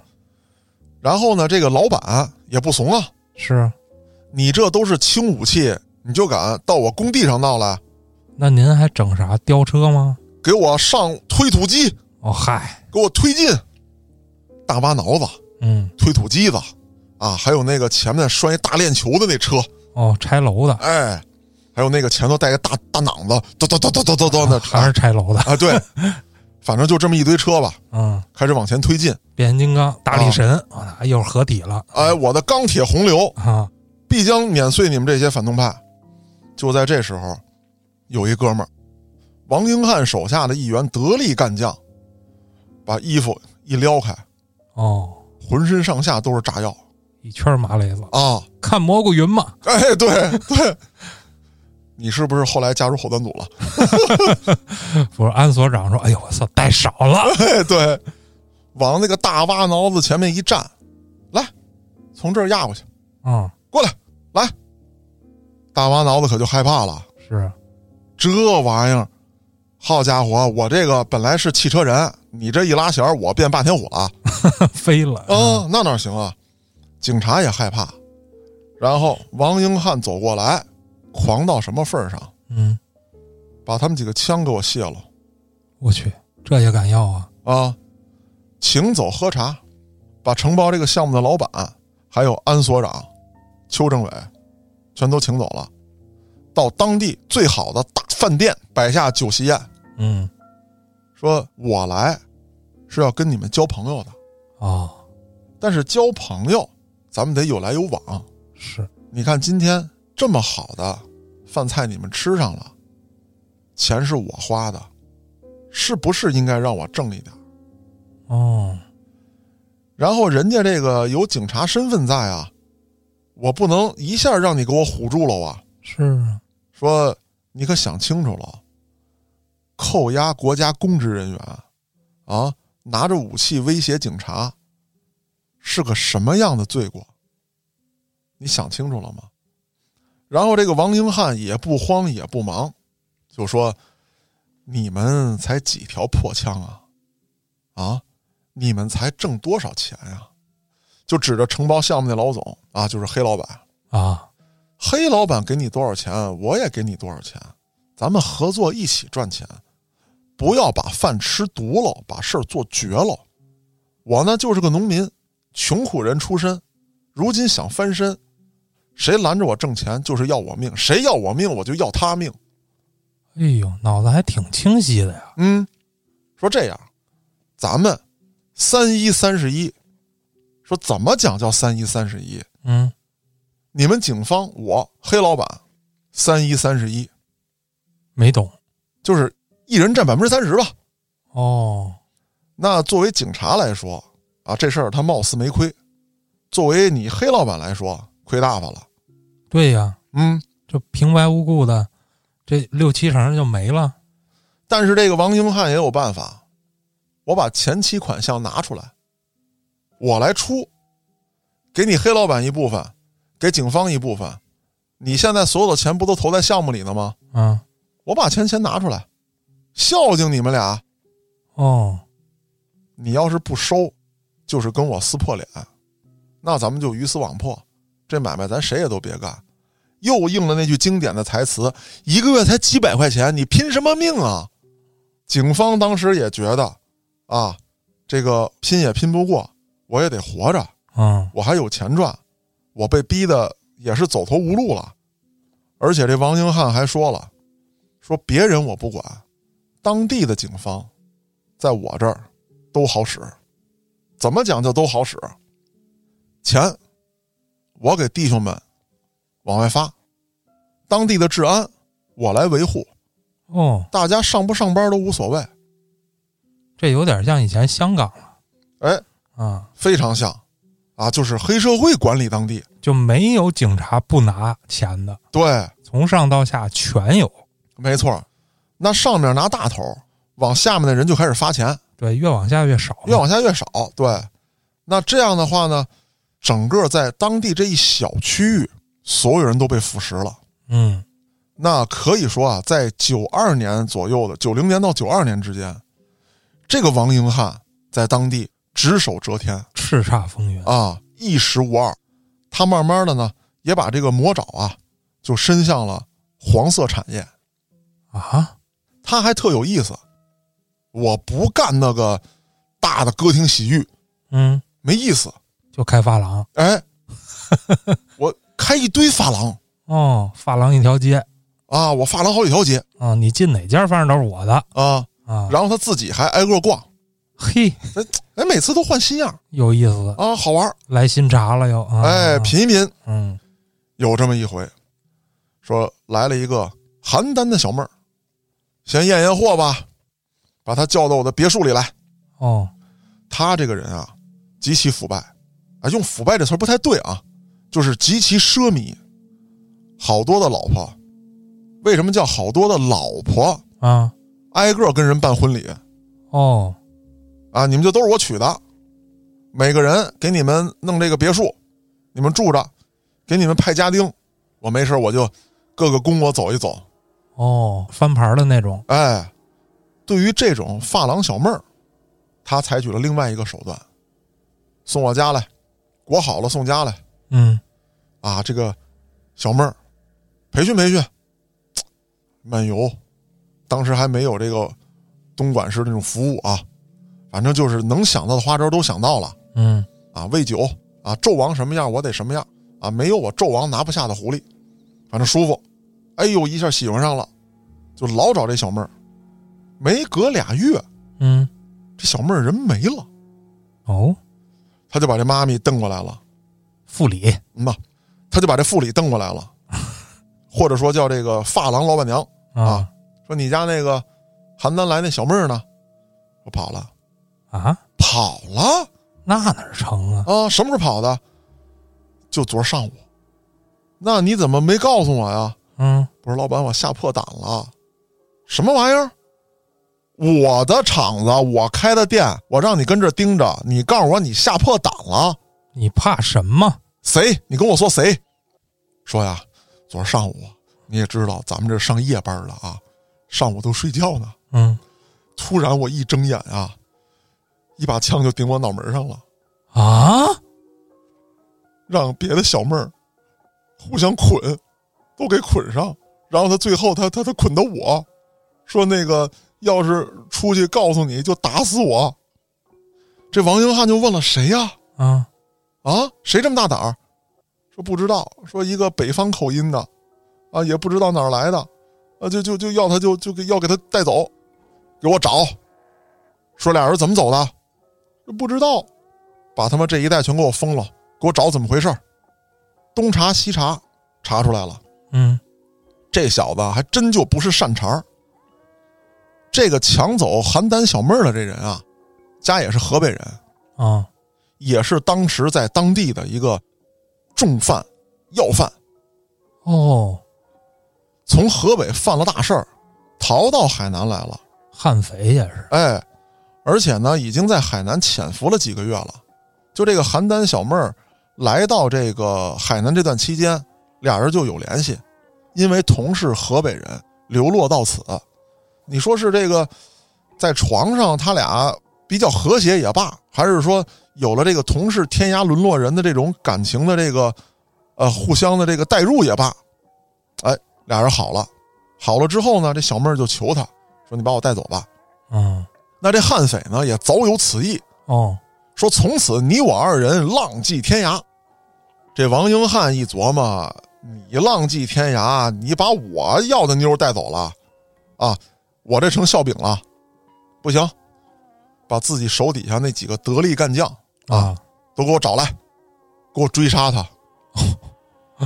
S1: 然后呢，这个老板也不怂啊，
S2: 是。
S1: 你这都是轻武器，你就敢到我工地上闹来，
S2: 那您还整啥吊车吗？
S1: 给我上推土机，
S2: 哦嗨，
S1: 给我推进，大巴挠子。
S2: 嗯
S1: 推土机子啊，还有那个前面拴一大链球的那车，
S2: 哦，拆楼的，
S1: 哎，还有那个前头带个大大囊子，咚咚咚咚咚咚咚的
S2: 还是拆楼的，
S1: 啊，对，反正就这么一堆车吧，
S2: 嗯，
S1: 开始往前推进。
S2: 变形金刚、大力神，啊，又是合体了
S1: 哎，我的钢铁洪流
S2: 啊，
S1: 必将碾碎你们这些反动派。就在这时候，有一哥们儿，王英汉手下的一员得力干将，把衣服一撩开，
S2: 哦，
S1: 浑身上下都是炸药
S2: 一圈麻雷子，
S1: 啊！
S2: 看蘑菇云嘛，
S1: 哎，对对，你是不是后来加入后端组了？
S2: 不是安所长说，哎呦我操，带少 了，
S1: 哎，对，往那个大挖挠子前面一站，来，从这儿压过去，
S2: 嗯，
S1: 过来，来。大挖挠子可就害怕了，
S2: 是，
S1: 这玩意儿，好家伙，我这个本来是汽车人，你这一拉弦儿，我变霸天虎了。
S2: 飞了，
S1: 啊，那哪行啊？警察也害怕。然后王英汉走过来，狂到什么份儿上，
S2: 嗯，
S1: 把他们几个枪给我卸了
S2: 我去，这也敢要啊，
S1: 啊！请走喝茶，把承包这个项目的老板，还有安所长、邱政委，全都请走了，到当地最好的大饭店摆下酒席宴，
S2: 嗯，
S1: 说我来是要跟你们交朋友的，
S2: 哦，
S1: 但是交朋友咱们得有来有往。
S2: 是，
S1: 你看今天这么好的饭菜你们吃上了，钱是我花的，是不是应该让我挣一点？
S2: 哦，
S1: 然后人家这个有警察身份在啊，我不能一下让你给我唬住了啊！
S2: 是啊，
S1: 说你可想清楚了，扣押国家公职人员啊，拿着武器威胁警察，是个什么样的罪过？你想清楚了吗？然后这个王英汉也不慌也不忙，就说：“你们才几条破枪啊，啊，你们才挣多啊少钱呀、就指着承包项目那老总啊，就是黑老板，
S2: 啊，
S1: 黑老板给你多少钱，我也给你多少钱，咱们合作一起赚钱，不要把饭吃毒了，把事儿做绝了。我呢就是个农民，穷苦人出身，如今想翻身，谁拦着我挣钱就是要我命，谁要我命我就要他命。
S2: 哎呦，脑子还挺清晰的呀。
S1: 嗯，说这样，咱们三一三十一，说怎么讲叫三一三十一？
S2: 嗯，
S1: 你们警方，我黑老板，三一三十一，
S2: 没懂
S1: 就是一人占百分之三十吧。
S2: 哦。
S1: 那作为警察来说啊，这事儿他貌似没亏；作为你黑老板来说，亏大发了。
S2: 对呀，
S1: 嗯，
S2: 这平白无故的，这六七成就没了。
S1: 但是这个王英汉也有办法，我把前期款项拿出来，我来出，给你黑老板一部分，给警方一部分。你现在所有的钱不都投在项目里呢吗？
S2: 嗯，
S1: 我把钱先拿出来，孝敬你们俩。
S2: 哦，
S1: 你要是不收，就是跟我撕破脸，那咱们就鱼死网破，这买卖咱谁也都别干。又应了那句经典的台词：“一个月才几百块钱，你拼什么命啊？”警方当时也觉得，啊，这个拼也拼不过，我也得活着，
S2: 嗯，
S1: 我还有钱赚，我被逼的也是走投无路了。而且这王英汉还说了，说别人我不管，当地的警方在我这儿都好使，怎么讲就都好使。钱我给弟兄们往外发，当地的治安我来维护，
S2: 哦，
S1: 大家上不上班都无所谓。
S2: 这有点像以前香港了
S1: 哎，
S2: 啊，
S1: 非常像啊，就是黑社会管理当地，
S2: 就没有警察不拿钱的，
S1: 对，
S2: 从上到下全有。
S1: 没错。那上面拿大头，往下面的人就开始发钱，
S2: 对，越往下越少嘛。
S1: 越往下越少。对，那这样的话呢，整个在当地这一小区域，所有人都被腐蚀了。
S2: 嗯，
S1: 那可以说啊，在九二年左右的九零年到九二年之间，这个王英汉在当地只手遮天
S2: 叱咤风云。
S1: 啊，一时无二。他慢慢的呢，也把这个魔爪啊，就伸向了黄色产业。
S2: 啊，
S1: 他还特有意思，我不干那个大的歌厅洗浴，
S2: 嗯，
S1: 没意思。
S2: 就开发廊
S1: 哎，我开一堆发廊
S2: 哦，发廊一条街
S1: 啊，我发廊好几条街
S2: 啊，你进哪家反正都是我的
S1: 啊，
S2: 啊。
S1: 然后他自己还挨个逛，
S2: 嘿，
S1: 哎，每次都换新样
S2: 有意思，
S1: 啊，好玩儿。
S2: 来新茶了又。啊、
S1: 哎，品一品，
S2: 嗯，
S1: 有这么一回，说来了一个邯郸的小妹儿，先验验货吧，把她叫到我的别墅里来。
S2: 哦，
S1: 她这个人啊，极其腐败，啊，用腐败这词儿不太对啊，就是极其奢靡。好多的老婆，为什么叫好多的老婆？
S2: 啊，
S1: 挨个跟人办婚礼
S2: 哦，
S1: 啊，你们就都是我娶的，每个人给你们弄这个别墅，你们住着，给你们派家丁，我没事儿我就各个宫我走一走，
S2: 哦，翻牌的那种。
S1: 哎，对于这种发廊小妹儿，她采取了另外一个手段，送我家来，裹好了送家来
S2: 嗯，
S1: 啊。这个小妹儿培训培训，漫游，当时还没有这个东莞市那种服务啊，反正就是能想到的花招都想到了
S2: 嗯，
S1: 啊，喂酒啊，纣王什么样我得什么样啊，没有我纣王拿不下的狐狸，反正舒服。哎呦，一下喜欢上了，就老找这小妹儿，没隔俩月，
S2: 嗯，
S1: 这小妹儿人没了，
S2: 哦，
S1: 他就把这妈咪瞪过来了，
S2: 副理。
S1: 嗯吧，他就把这副理瞪过来了，或者说叫这个发廊老板娘，
S2: 啊
S1: 说你家那个邯郸来那小妹儿呢，我跑了，
S2: 啊，
S1: 跑了
S2: 那哪成啊？
S1: 啊，什么时候跑的？就昨儿上午。那你怎么没告诉我呀？
S2: 嗯，
S1: 不是老板，我吓破胆了。什么玩意儿？我的厂子，我开的店，我让你跟这儿盯着，你告诉我你吓破胆了。
S2: 你怕什么？
S1: 谁？你跟我说谁？说呀，昨儿上午你也知道，咱们这上夜班了啊，上午都睡觉呢。
S2: 嗯
S1: 突然我一睁眼啊，一把枪就顶我脑门上了，
S2: 啊，
S1: 让别的小妹儿互相捆，都给捆上，然后他最后他他他捆的我，说那个要是出去告诉你就打死我。这王英汉就问了谁呀、
S2: 啊，
S1: 啊，谁这么大胆儿？说不知道，说一个北方口音的，啊，也不知道哪儿来的，啊，就就就要他就就给要给他带走，给我找。说俩人怎么走的？说不知道，把他妈这一带全给我封了，给我找怎么回事儿？东查西查，查出来了，
S2: 嗯
S1: 这小子还真就不是善茬儿。这个抢走邯郸小妹儿的这人啊，家也是河北人，
S2: 啊
S1: 也是当时在当地的一个重犯、要犯，
S2: 哦，
S1: 从河北犯了大事儿，逃到海南来了。
S2: 悍匪也是，
S1: 哎，而且呢，已经在海南潜伏了几个月了。就这个邯郸小妹儿来到这个海南这段期间，俩人就有联系，因为同是河北人，流落到此。你说是这个在床上他俩比较和谐也罢，还是说有了这个同是天涯沦落人的这种感情的这个呃互相的这个代入也罢，哎，俩人好了，好了之后呢，这小妹儿就求他说：“你把我带走吧。”
S2: 嗯
S1: 那这悍匪呢也早有此意，
S2: 哦，
S1: 说从此你我二人浪迹天涯。这王英汉一琢磨，你浪迹天涯，你把我要的妞带走了，啊，我这成笑柄了，不行，把自己手底下那几个得力干将
S2: 啊
S1: 都给我找来，给我追杀他，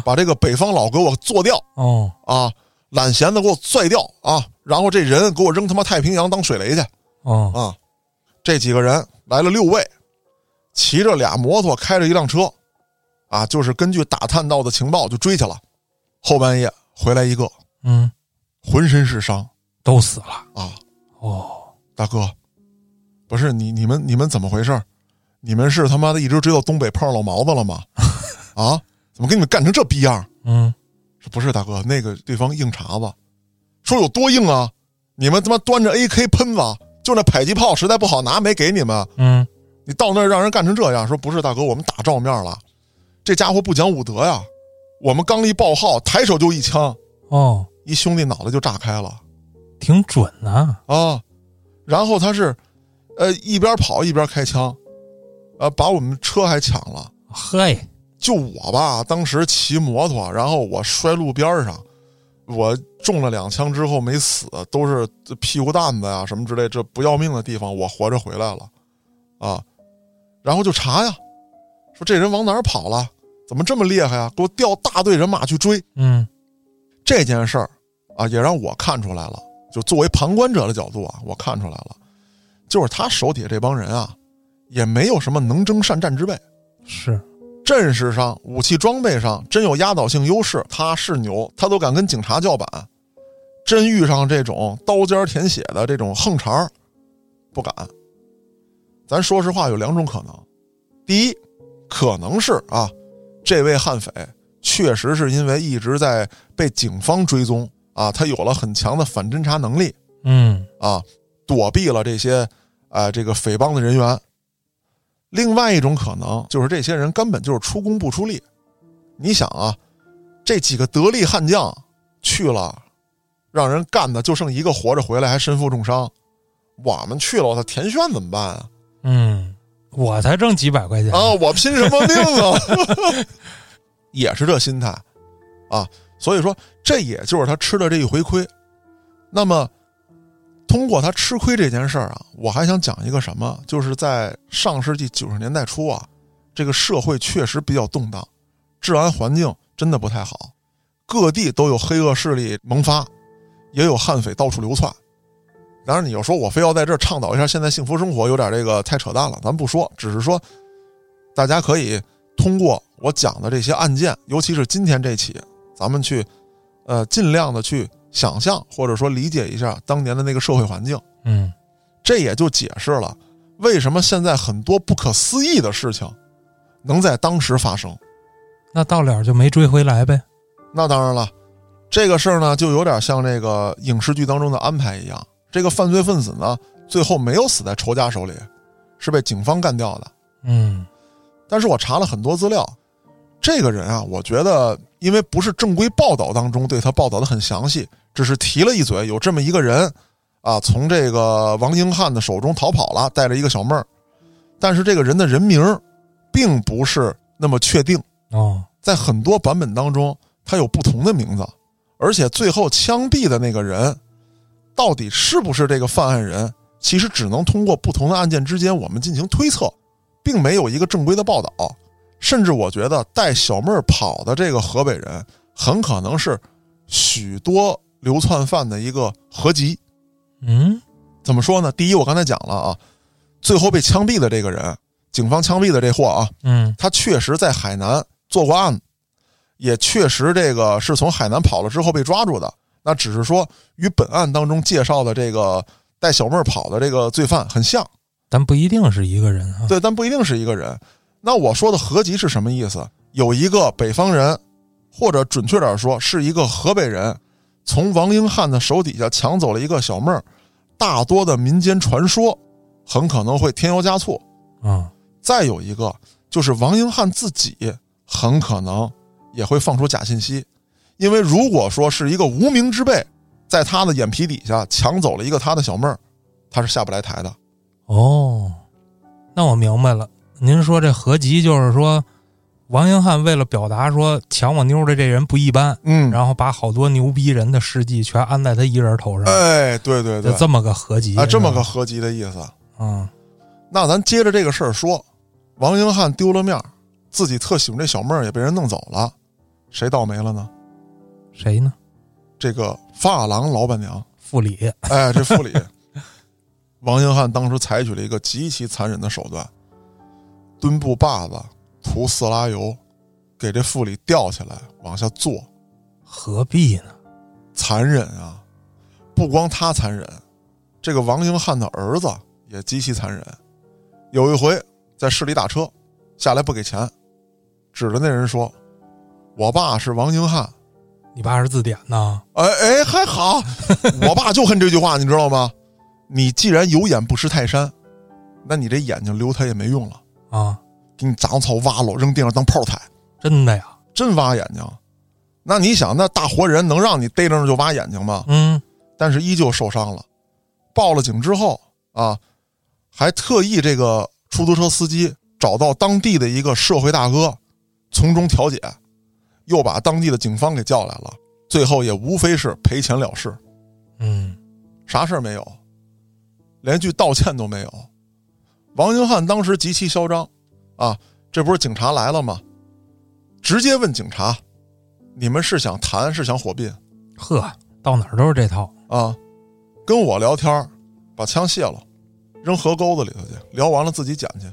S1: 把这个北方佬给我做掉
S2: 哦
S1: 啊，揽弦子给我拽掉啊，然后这人给我扔他妈太平洋当水雷去。
S2: 哦
S1: 啊，这几个人来了六位，骑着俩摩托，开着一辆车，啊，就是根据打探到的情报就追去了。后半夜回来一个，
S2: 嗯，
S1: 浑身是伤
S2: 都死了
S1: 啊，
S2: 哦
S1: 大哥，不是你你们你们怎么回事？你们是他妈的一直追到东北碰上老毛子了吗？啊，怎么给你们干成这逼样？
S2: 嗯
S1: 说不是大哥，那个对方硬茬子，说有多硬啊？你们他妈端着 AK 喷子，就那迫击炮实在不好拿，没给你们。
S2: 嗯
S1: 你到那儿让人干成这样，说不是大哥，我们打照面了，这家伙不讲武德呀！我们刚一报号，抬手就一枪，
S2: 哦，
S1: 一兄弟脑袋就炸开了
S2: 挺准呐，
S1: 啊！然后他是，呃，一边跑一边开枪，呃，把我们车还抢了。
S2: 嘿，
S1: 就我吧，当时骑摩托，然后我摔路边上，我中了两枪之后没死，都是屁股蛋子呀、什么之类，这不要命的地方，我活着回来了，啊，然后就查呀，说这人往哪儿跑了，怎么这么厉害啊？给我调大队人马去追
S2: 嗯
S1: 这件事儿啊，也让我看出来了，就作为旁观者的角度啊，我看出来了，就是他手底下这帮人啊，也没有什么能征善战之辈。
S2: 是，
S1: 阵势上、武器装备上真有压倒性优势，他是牛，他都敢跟警察叫板。真遇上这种刀尖舔血的这种横茬儿，不敢。咱说实话，有两种可能：第一，可能是啊，这位悍匪确实是因为一直在被警方追踪啊，他有了很强的反侦查能力，
S2: 嗯
S1: 啊，躲避了这些啊、呃这个匪帮的人员。另外一种可能就是这些人根本就是出工不出力。你想啊，这几个得力悍将去了，让人干的就剩一个活着回来，还身负重伤。我们去了，我操，田轩怎么办啊？
S2: 嗯，我才挣几百块钱
S1: 啊，我拼什么命啊？ 也是这心态啊，所以说这也就是他吃的这一回亏。那么，通过他吃亏这件事儿啊，我还想讲一个什么，就是在上世纪九十年代初啊，这个社会确实比较动荡，治安环境真的不太好，各地都有黑恶势力萌发，也有悍匪到处流窜。当然，你要说我非要在这儿倡导一下现在幸福生活，有点这个太扯淡了。咱不说，只是说大家可以通过我讲的这些案件，尤其是今天这起，咱们去呃尽量的去想象或者说理解一下当年的那个社会环境。
S2: 嗯
S1: 这也就解释了为什么现在很多不可思议的事情能在当时发生。
S2: 那到了就没追回来呗，
S1: 那当然了，这个事儿呢，就有点像这个影视剧当中的安排一样。这个犯罪分子呢，最后没有死在仇家手里，是被警方干掉的。
S2: 嗯
S1: 但是我查了很多资料，这个人啊，我觉得因为不是正规报道当中对他报道的很详细，只是提了一嘴，有这么一个人啊，从这个王英汉的手中逃跑了，带着一个小妹儿，但是这个人的人名儿并不是那么确定，
S2: 哦，
S1: 在很多版本当中，他有不同的名字，而且最后枪毙的那个人到底是不是这个犯案人，其实只能通过不同的案件之间我们进行推测，并没有一个正规的报道。甚至我觉得带小妹儿跑的这个河北人，很可能是许多流窜犯的一个合集。
S2: 嗯，
S1: 怎么说呢？第一，我刚才讲了啊，最后被枪毙的这个人，警方枪毙的这货啊，
S2: 嗯，
S1: 他确实在海南做过案子，也确实这个是从海南跑了之后被抓住的。那只是说与本案当中介绍的这个带小妹儿跑的这个罪犯很像，
S2: 但不一定是一个人啊。
S1: 对，但不一定是一个人。那我说的合集是什么意思？有一个北方人，或者准确点说是一个河北人，从王英汉的手底下抢走了一个小妹儿。大多的民间传说很可能会添油加醋，
S2: 嗯，
S1: 再有一个就是王英汉自己很可能也会放出假信息，因为如果说是一个无名之辈，在他的眼皮底下抢走了一个他的小妹儿，他是下不来台的。
S2: 哦，那我明白了。您说这合集就是说，王英汉为了表达说抢我妞的这人不一般，
S1: 嗯，
S2: 然后把好多牛逼人的事迹全安在他一人头上，
S1: 哎，对对对
S2: 就，这么个合集
S1: 啊，这么
S2: 是吧
S1: 个合集的意思。
S2: 嗯
S1: 那咱接着这个事儿说，王英汉丢了面儿，自己特喜欢这小妹儿也被人弄走了，谁倒霉了呢？
S2: 谁呢？
S1: 这个发廊老板娘，
S2: 傅里，
S1: 哎，这副理王英汉当时采取了一个极其残忍的手段，墩布把子涂色拉油，给这副理吊起来往下坐，
S2: 何必呢？
S1: 残忍啊！不光他残忍，这个王英汉的儿子也极其残忍。有一回在市里打车，下来不给钱，指着那人说：“我爸是王英汉。
S2: 你爸是字典呢？”
S1: 哎哎，还好，我爸就恨这句话，你知道吗？你既然有眼不识泰山，那你这眼睛留它也没用了，
S2: 啊，
S1: 给你杂草挖了，扔地上当炮台，
S2: 真的呀？
S1: 真挖眼睛。那你想，那大活人能让你逮着那就挖眼睛吗？
S2: 嗯，
S1: 但是依旧受伤了。报了警之后啊，还特意这个出租车司机找到当地的一个社会大哥，从中调解，又把当地的警方给叫来了，最后也无非是赔钱了事，
S2: 嗯，
S1: 啥事儿没有，连句道歉都没有。王英汉当时极其嚣张啊，这不是警察来了吗？直接问警察：“你们是想谈是想火并？”
S2: 呵，到哪儿都是这套。
S1: 啊，跟我聊天儿，把枪卸了，扔河沟子里头去，聊完了自己捡去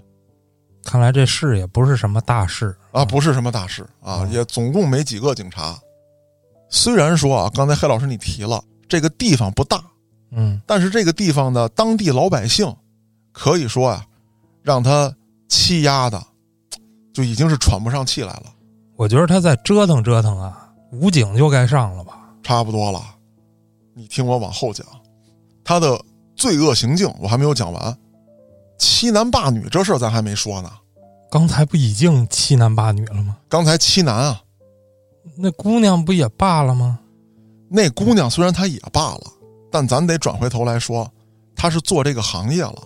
S2: 看来这事也不是什么大事。
S1: 啊，不是什么大事啊，也总共没几个警察。虽然说啊，刚才黑老师你提了这个地方不大，
S2: 嗯，
S1: 但是这个地方的当地老百姓，可以说啊，让他欺压的，就已经是喘不上气来了，
S2: 我觉得他再折腾折腾啊，武警就该上了吧？
S1: 差不多了。你听我往后讲，他的罪恶行径我还没有讲完，欺男霸女这事儿咱还没说呢。
S2: 刚才不已经欺男霸女了吗？
S1: 刚才七男啊，
S2: 那姑娘不也罢了吗？
S1: 那姑娘虽然她也罢了，但咱得转回头来说，她是做这个行业了，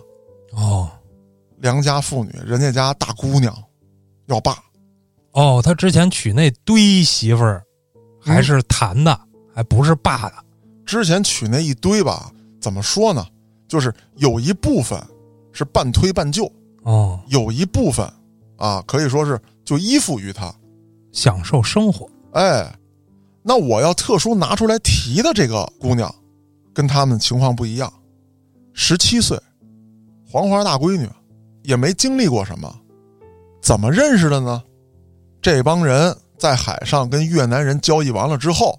S2: 哦
S1: 良家妇女，人家家大姑娘要罢，
S2: 哦，他之前娶那堆媳妇儿还是谈的，还不是霸的。
S1: 之前娶那一堆吧，怎么说呢？就是有一部分是半推半就，
S2: 哦，
S1: 有一部分啊，可以说是就依附于她。
S2: 享受生活。
S1: 哎，那我要特殊拿出来提的这个姑娘，跟他们情况不一样，十七岁，黄花大闺女，也没经历过什么，怎么认识的呢？这帮人在海上跟越南人交易完了之后，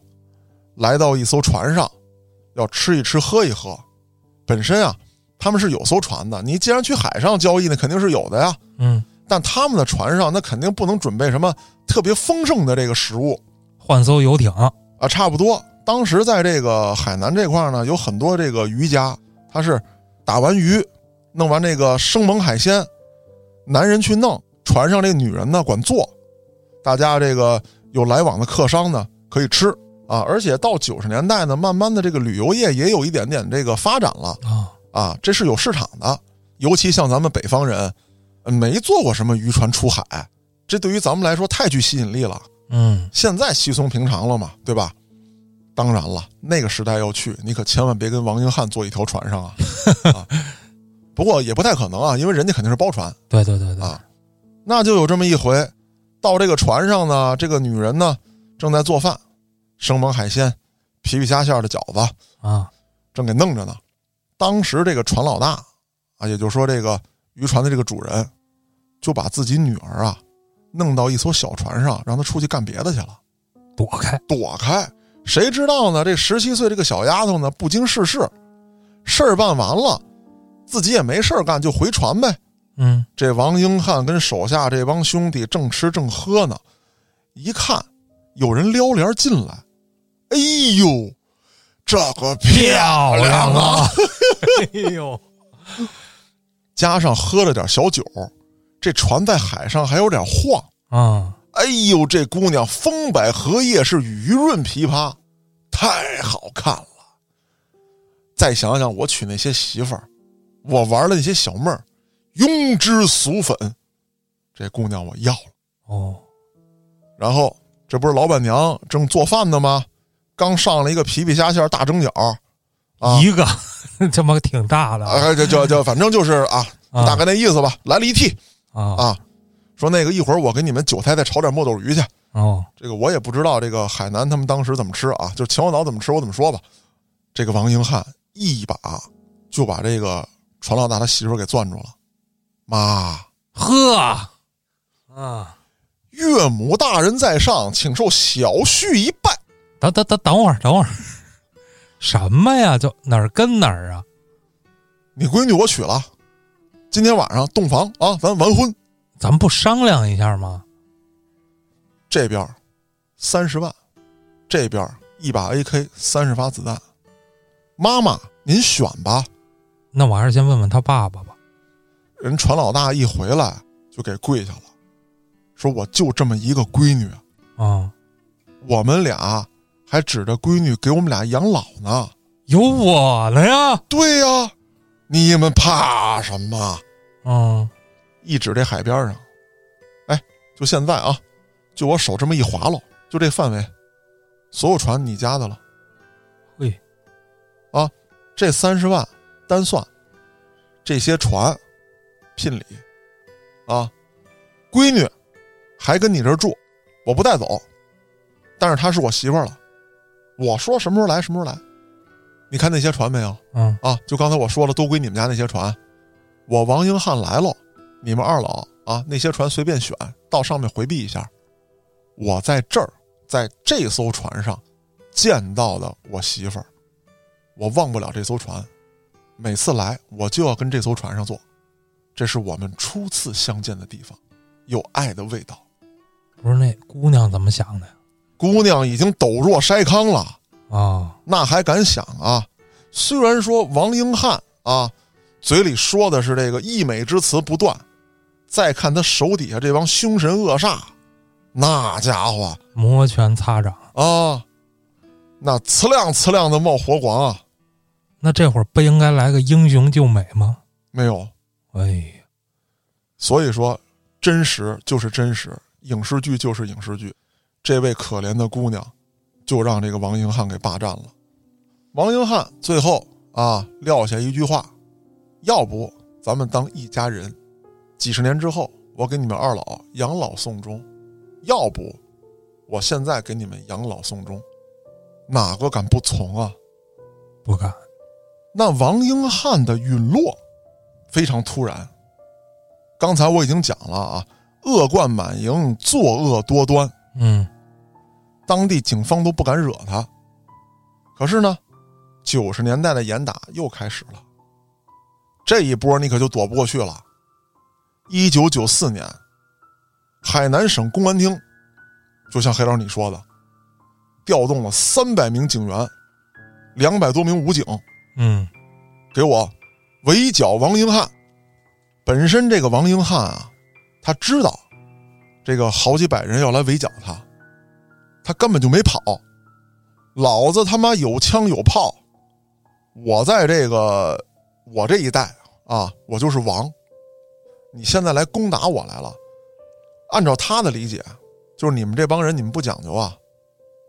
S1: 来到一艘船上，要吃一吃，喝一喝。本身啊，他们是有艘船的，你既然去海上交易，那肯定是有的呀。
S2: 嗯，
S1: 但他们的船上，那肯定不能准备什么特别丰盛的这个食物，
S2: 换艘游艇。
S1: 啊，差不多。当时在这个海南这块儿呢，有很多这个渔家，他是打完鱼，弄完这个生猛海鲜，男人去弄，船上这女人呢管做，大家这个有来往的客商呢可以吃啊。而且到九十年代呢，慢慢的这个旅游业也有一点点这个发展了
S2: 啊，
S1: 啊，这是有市场的。尤其像咱们北方人，呃没坐过什么渔船出海，这对于咱们来说太具吸引力了。
S2: 嗯
S1: 现在稀松平常了嘛，对吧？当然了，那个时代要去，你可千万别跟王英汉坐一条船上啊！啊不过也不太可能啊，因为人家肯定是包船。
S2: 对对对对，
S1: 啊那就有这么一回，到这个船上呢，这个女人呢正在做饭，生猛海鲜、皮皮虾馅儿的饺子
S2: 啊
S1: 正给弄着呢。当时这个船老大啊，也就是说这个渔船的这个主人，就把自己女儿啊弄到一艘小船上，让她出去干别的去了。
S2: 躲开，
S1: 躲开。谁知道呢？这十七岁这个小丫头呢，不经世事，事儿办完了，自己也没事儿干，就回船呗。
S2: 嗯
S1: 这王英汉跟手下这帮兄弟正吃正喝呢，一看有人撩帘进来，哎呦，这个漂亮 啊！！
S2: 哎呦，
S1: 加上喝了点小酒，这船在海上还有点晃。
S2: 啊，
S1: 哎呦，这姑娘风摆荷叶是雨润琵琶，太好看了。再想想我娶那些媳妇儿，我玩的那些小妹儿，庸脂俗粉，这姑娘我要了。
S2: 哦，
S1: 然后这不是老板娘正做饭呢吗？刚上了一个皮皮虾馅儿大蒸饺，啊
S2: 一个 他妈挺大的
S1: 哎，就就就反正就是啊，
S2: 啊
S1: 大概那意思吧。来了一屉
S2: 啊
S1: 啊，说那个一会儿我给你们韭菜再炒点墨斗鱼去。
S2: 哦，
S1: 这个我也不知道，这个海南他们当时怎么吃啊？就是秦皇岛怎么吃，我怎么说吧。这个王英汉一把就把这个船老大他媳妇儿给攥住了。妈，
S2: 呵，啊，
S1: 岳母大人在上，请受小婿一拜。
S2: 等等等等会儿，等会儿， 什么呀？就哪儿跟哪儿啊？
S1: 你闺女我娶了，今天晚上洞房啊，咱完婚。
S2: 咱不商量一下吗？
S1: 这边三十万，这边一把 AK 三十发子弹。妈妈，您选吧。
S2: 那我还是先问问他爸爸吧。
S1: 人船老大一回来就给跪下了，说我就这么一个闺女，
S2: 啊，
S1: 我们俩还指着闺女给我们俩养老呢。
S2: 有我呢呀。
S1: 对呀、你们怕什么？
S2: 嗯
S1: 一指这海边上，哎，就现在啊，就我手这么一划拉，就这范围，所有船你家的了。
S2: 嘿，
S1: 啊，这三十万单算，这些船聘礼啊，闺女还跟你这儿住，我不带走，但是她是我媳妇儿了，我说什么时候来什么时候来。你看那些船没有
S2: 嗯
S1: 啊？就刚才我说了，都归你们家那些船。我王英汉来喽，你们二老啊，那些船随便选，到上面回避一下。我在这儿，在这艘船上见到的我媳妇儿，我忘不了这艘船。每次来，我就要跟这艘船上坐，这是我们初次相见的地方，有爱的味道。
S2: 不是那姑娘怎么想的呀？
S1: 姑娘已经抖若筛糠了。
S2: 啊，
S1: 那还敢想啊？虽然说王英汉啊，嘴里说的是这个溢美之词不断，再看他手底下这帮凶神恶煞，那家伙
S2: 摩拳擦掌。
S1: 啊，那呲亮呲亮的冒火光啊，
S2: 那这会儿不应该来个英雄救美吗？
S1: 没有。
S2: 哎呀，
S1: 所以说，真实就是真实，影视剧就是影视剧。这位可怜的姑娘，就让这个王英汉给霸占了。王英汉最后啊撂下一句话：“要不咱们当一家人，几十年之后我给你们二老养老送终；要不我现在给你们养老送终。”哪个敢不从啊？
S2: 不敢。
S1: 那王英汉的陨落非常突然。刚才我已经讲了啊，恶贯满盈，作恶多端，
S2: 嗯
S1: 当地警方都不敢惹他。可是呢，九十年代的严打又开始了，这一波你可就躲不过去了。一九九四年，海南省公安厅，就像黑老师你说的，调动了三百名警员，两百多名武警，
S2: 嗯，
S1: 给我围剿王英汉。本身这个王英汉啊，他知道这个好几百人要来围剿他，他根本就没跑，老子他妈有枪有炮，我在这个我这一代啊，我就是王，你现在来攻打我来了。按照他的理解，就是你们这帮人你们不讲究啊，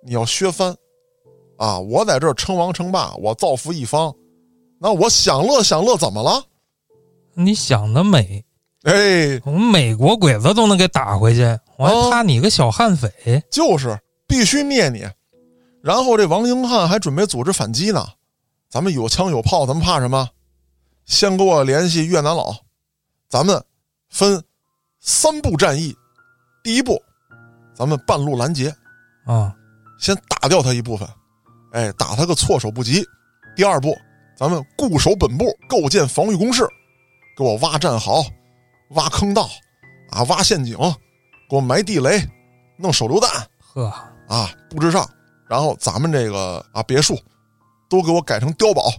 S1: 你要削藩啊，我在这儿称王称霸，我造福一方，那我享乐享乐怎么了？
S2: 你想得美，
S1: 哎，
S2: 我们美国鬼子都能给打回去，我还
S1: 哦
S2: 怕你个小悍匪？
S1: 就是必须灭你。然后这王英汉还准备组织反击呢，咱们有枪有炮，咱们怕什么？先给我联系越南佬，咱们分三步战役。第一步，咱们半路拦截，
S2: 啊、
S1: 先打掉他一部分，哎，打他个措手不及。第二步，咱们固守本部，构建防御工事，给我挖战壕，挖坑道，啊，挖陷阱，给我埋地雷，弄手榴弹，
S2: 呵，
S1: 啊，布置上，然后咱们这个啊别墅都给我改成碉堡，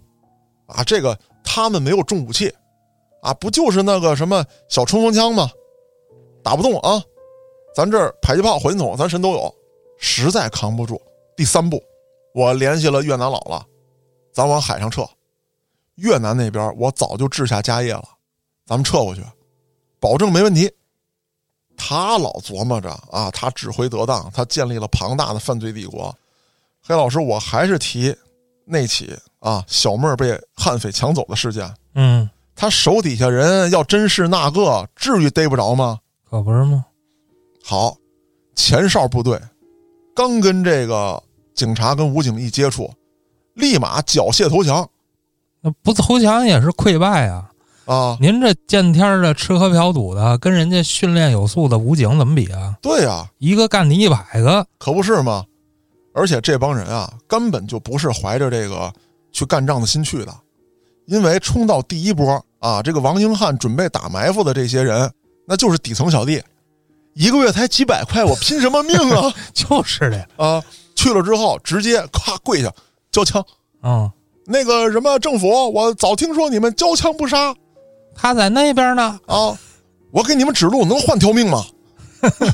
S1: 啊，这个他们没有重武器，啊，不就是那个什么小冲锋枪吗？打不动啊，咱这儿迫击炮、火箭筒，咱什都有，实在扛不住。第三步，我联系了越南佬了，咱往海上撤。越南那边我早就治下家业了，咱们撤过去，保证没问题。他老琢磨着啊，他指挥得当，他建立了庞大的犯罪帝国。黑老师，我还是提那起啊，小妹儿被悍匪抢走的事件，
S2: 嗯，
S1: 他手底下人要真是那个，至于逮不着吗？
S2: 可不是吗？
S1: 好，前哨部队刚跟这个警察跟武警一接触，立马缴械投降
S2: 那不投降也是溃败啊！
S1: 啊！
S2: 您这见天儿的吃喝嫖赌的，跟人家训练有素的武警怎么比啊？
S1: 对呀、
S2: 一个干你一百个，
S1: 可不是吗？而且这帮人啊，根本就不是怀着这个去干仗的心去的，因为冲到第一波啊，这个王英汉准备打埋伏的这些人，那就是底层小弟，一个月才几百块，我拼什么命啊
S2: 就是的，
S1: 啊！去了之后，直接咔跪下交枪。
S2: 嗯，
S1: 那个什么政府，我早听说你们交枪不杀
S2: 他在那边呢，
S1: 啊，我给你们指路，能换条命吗？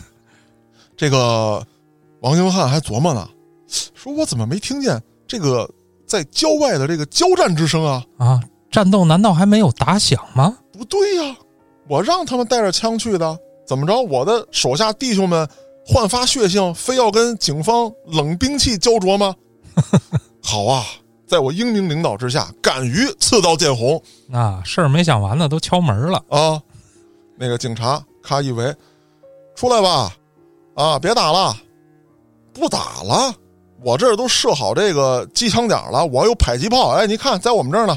S1: 这个王英汉还琢磨呢，说我怎么没听见这个在郊外的这个交战之声啊？
S2: 啊，战斗难道还没有打响吗？
S1: 不对呀、我让他们带着枪去的，怎么着？我的手下弟兄们焕发血性，非要跟警方冷兵器焦灼吗？ 好啊，在我英明领导之下，敢于刺刀见红
S2: 啊，事儿没想完呢，都敲门了。
S1: 啊！那个警察咔一围，出来吧！啊，别打了，不打了。我这儿都设好这个机枪点了，我有迫击炮，哎，你看在我们这儿呢，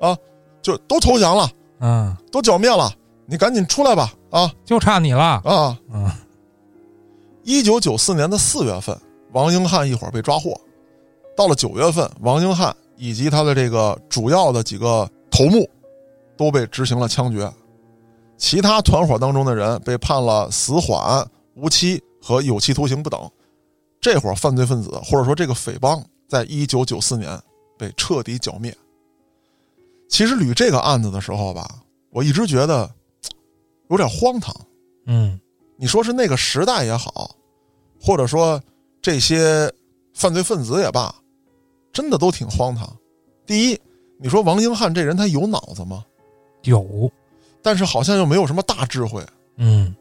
S1: 啊，就都投降了，
S2: 嗯，
S1: 都剿灭了，你赶紧出来吧！啊
S2: 就差你了。
S1: 啊！
S2: 嗯，
S1: 一九九四年的四月份，王英汉一伙儿被抓获。到了九月份，王英汉以及他的这个主要的几个头目都被执行了枪决，其他团伙当中的人被判了死缓、无期和有期徒刑不等。这伙犯罪分子或者说这个匪帮，在一九九四年被彻底剿灭。其实捋这个案子的时候吧，我一直觉得嘖有点荒唐。
S2: 嗯，
S1: 你说是那个时代也好，或者说这些犯罪分子也罢，真的都挺荒唐。第一，你说王英汉这人他有脑子吗？
S2: 有，
S1: 但是好像又没有什么大智慧。
S2: 嗯，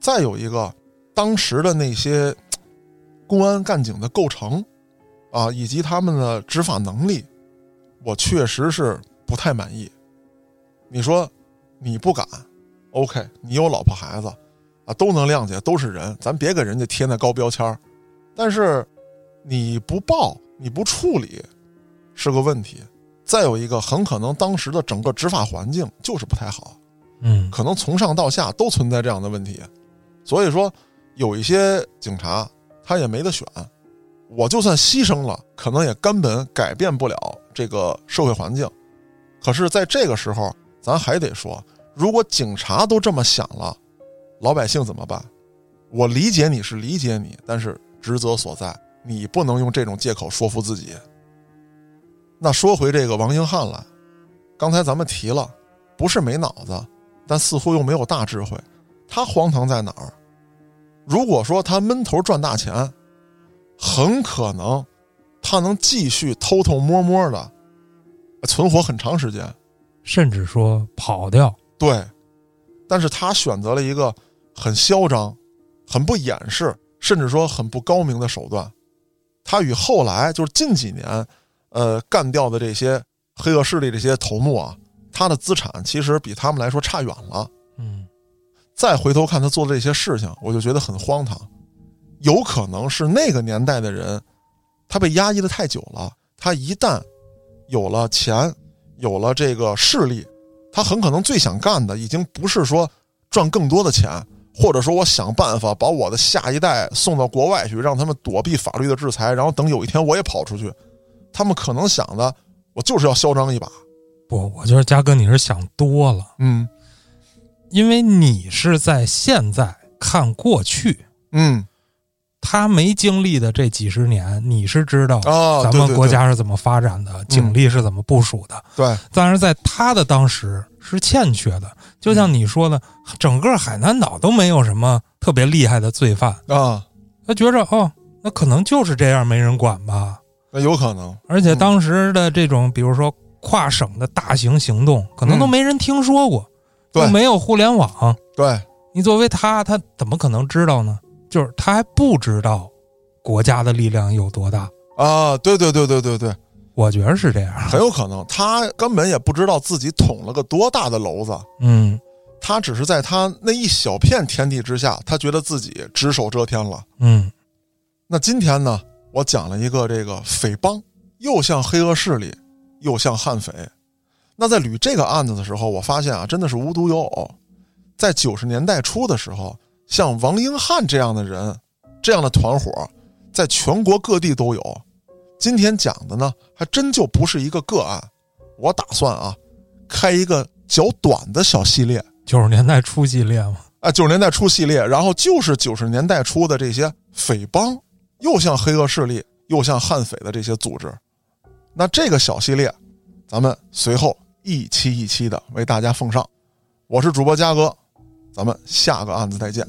S1: 再有一个，当时的那些嘖公安干警的构成啊，以及他们的执法能力，我确实是不太满意。你说你不敢，OK，你有老婆孩子啊，都能谅解，都是人，咱别给人家贴那高标签儿。但是你不报，你不处理，是个问题。再有一个，很可能当时的整个执法环境就是不太好。
S2: 嗯，
S1: 可能从上到下都存在这样的问题，所以说有一些警察他也没得选，我就算牺牲了，可能也根本改变不了这个社会环境。可是，在这个时候，咱还得说，如果警察都这么想了，老百姓怎么办？我理解你是理解你，但是职责所在，你不能用这种借口说服自己。那说回这个王英汉来，刚才咱们提了，不是没脑子，但似乎又没有大智慧。他荒唐在哪儿？如果说他闷头赚大钱，很可能他能继续偷偷摸摸的存活很长时间。
S2: 甚至说跑掉。
S1: 对，但是他选择了一个很嚣张、很不掩饰，甚至说很不高明的手段。他与后来就是近几年，呃，干掉的这些黑恶势力这些头目啊，他的资产其实比他们来说差远了。
S2: 嗯，
S1: 再回头看他做的这些事情，我就觉得很荒唐。有可能是那个年代的人，他被压抑的太久了，他一旦有了钱，有了这个势力，他很可能最想干的已经不是说赚更多的钱，或者说我想办法把我的下一代送到国外去，让他们躲避法律的制裁，然后等有一天我也跑出去，他们可能想的，我就是要嚣张一把。
S2: 不，我觉得嘉哥你是想多了，
S1: 嗯
S2: 因为你是在现在看过去，
S1: 嗯
S2: 他没经历的这几十年，你是知道
S1: 啊，
S2: 咱
S1: 对
S2: 们
S1: 对
S2: 国家是怎么发展的，警力是怎么部署的。
S1: 对
S2: 但是在他的当时是欠缺的，就像你说的，整个海南岛都没有什么特别厉害的罪犯，
S1: 对啊，
S2: 他觉着哦，那可能就是这样，没人管吧。
S1: 那有可能。
S2: 而且当时的这种，比如说跨省的大型行动，可能都
S1: 嗯
S2: 没人听说过，
S1: 对
S2: 又没有互联网，
S1: 对，啊
S2: 你作为他，他怎么可能知道呢？就是他还不知道国家的力量有多大，
S1: 啊，对对对对对对，
S2: 我觉得是这样。
S1: 很有可能他根本也不知道自己捅了个多大的娄子，
S2: 嗯
S1: 他只是在他那一小片天地之下，他觉得自己只手遮天了。
S2: 嗯
S1: 那今天呢，我讲了一个这个匪帮，又像黑恶势力，又像悍匪。那在捋这个案子的时候，我发现啊，真的是无独有偶，在九十年代初的时候，像王英汉这样的人，这样的团伙，在全国各地都有。今天讲的呢，还真就不是一个个案。我打算啊，开一个较短的小系列，
S2: 九十年代初系列嘛，
S1: 啊，九十年代初系列，然后就是九十年代初的这些匪帮，又像黑恶势力，又像悍匪的这些组织。那这个小系列，咱们随后一期一期的为大家奉上。我是主播嘉哥，咱们下个案子再见。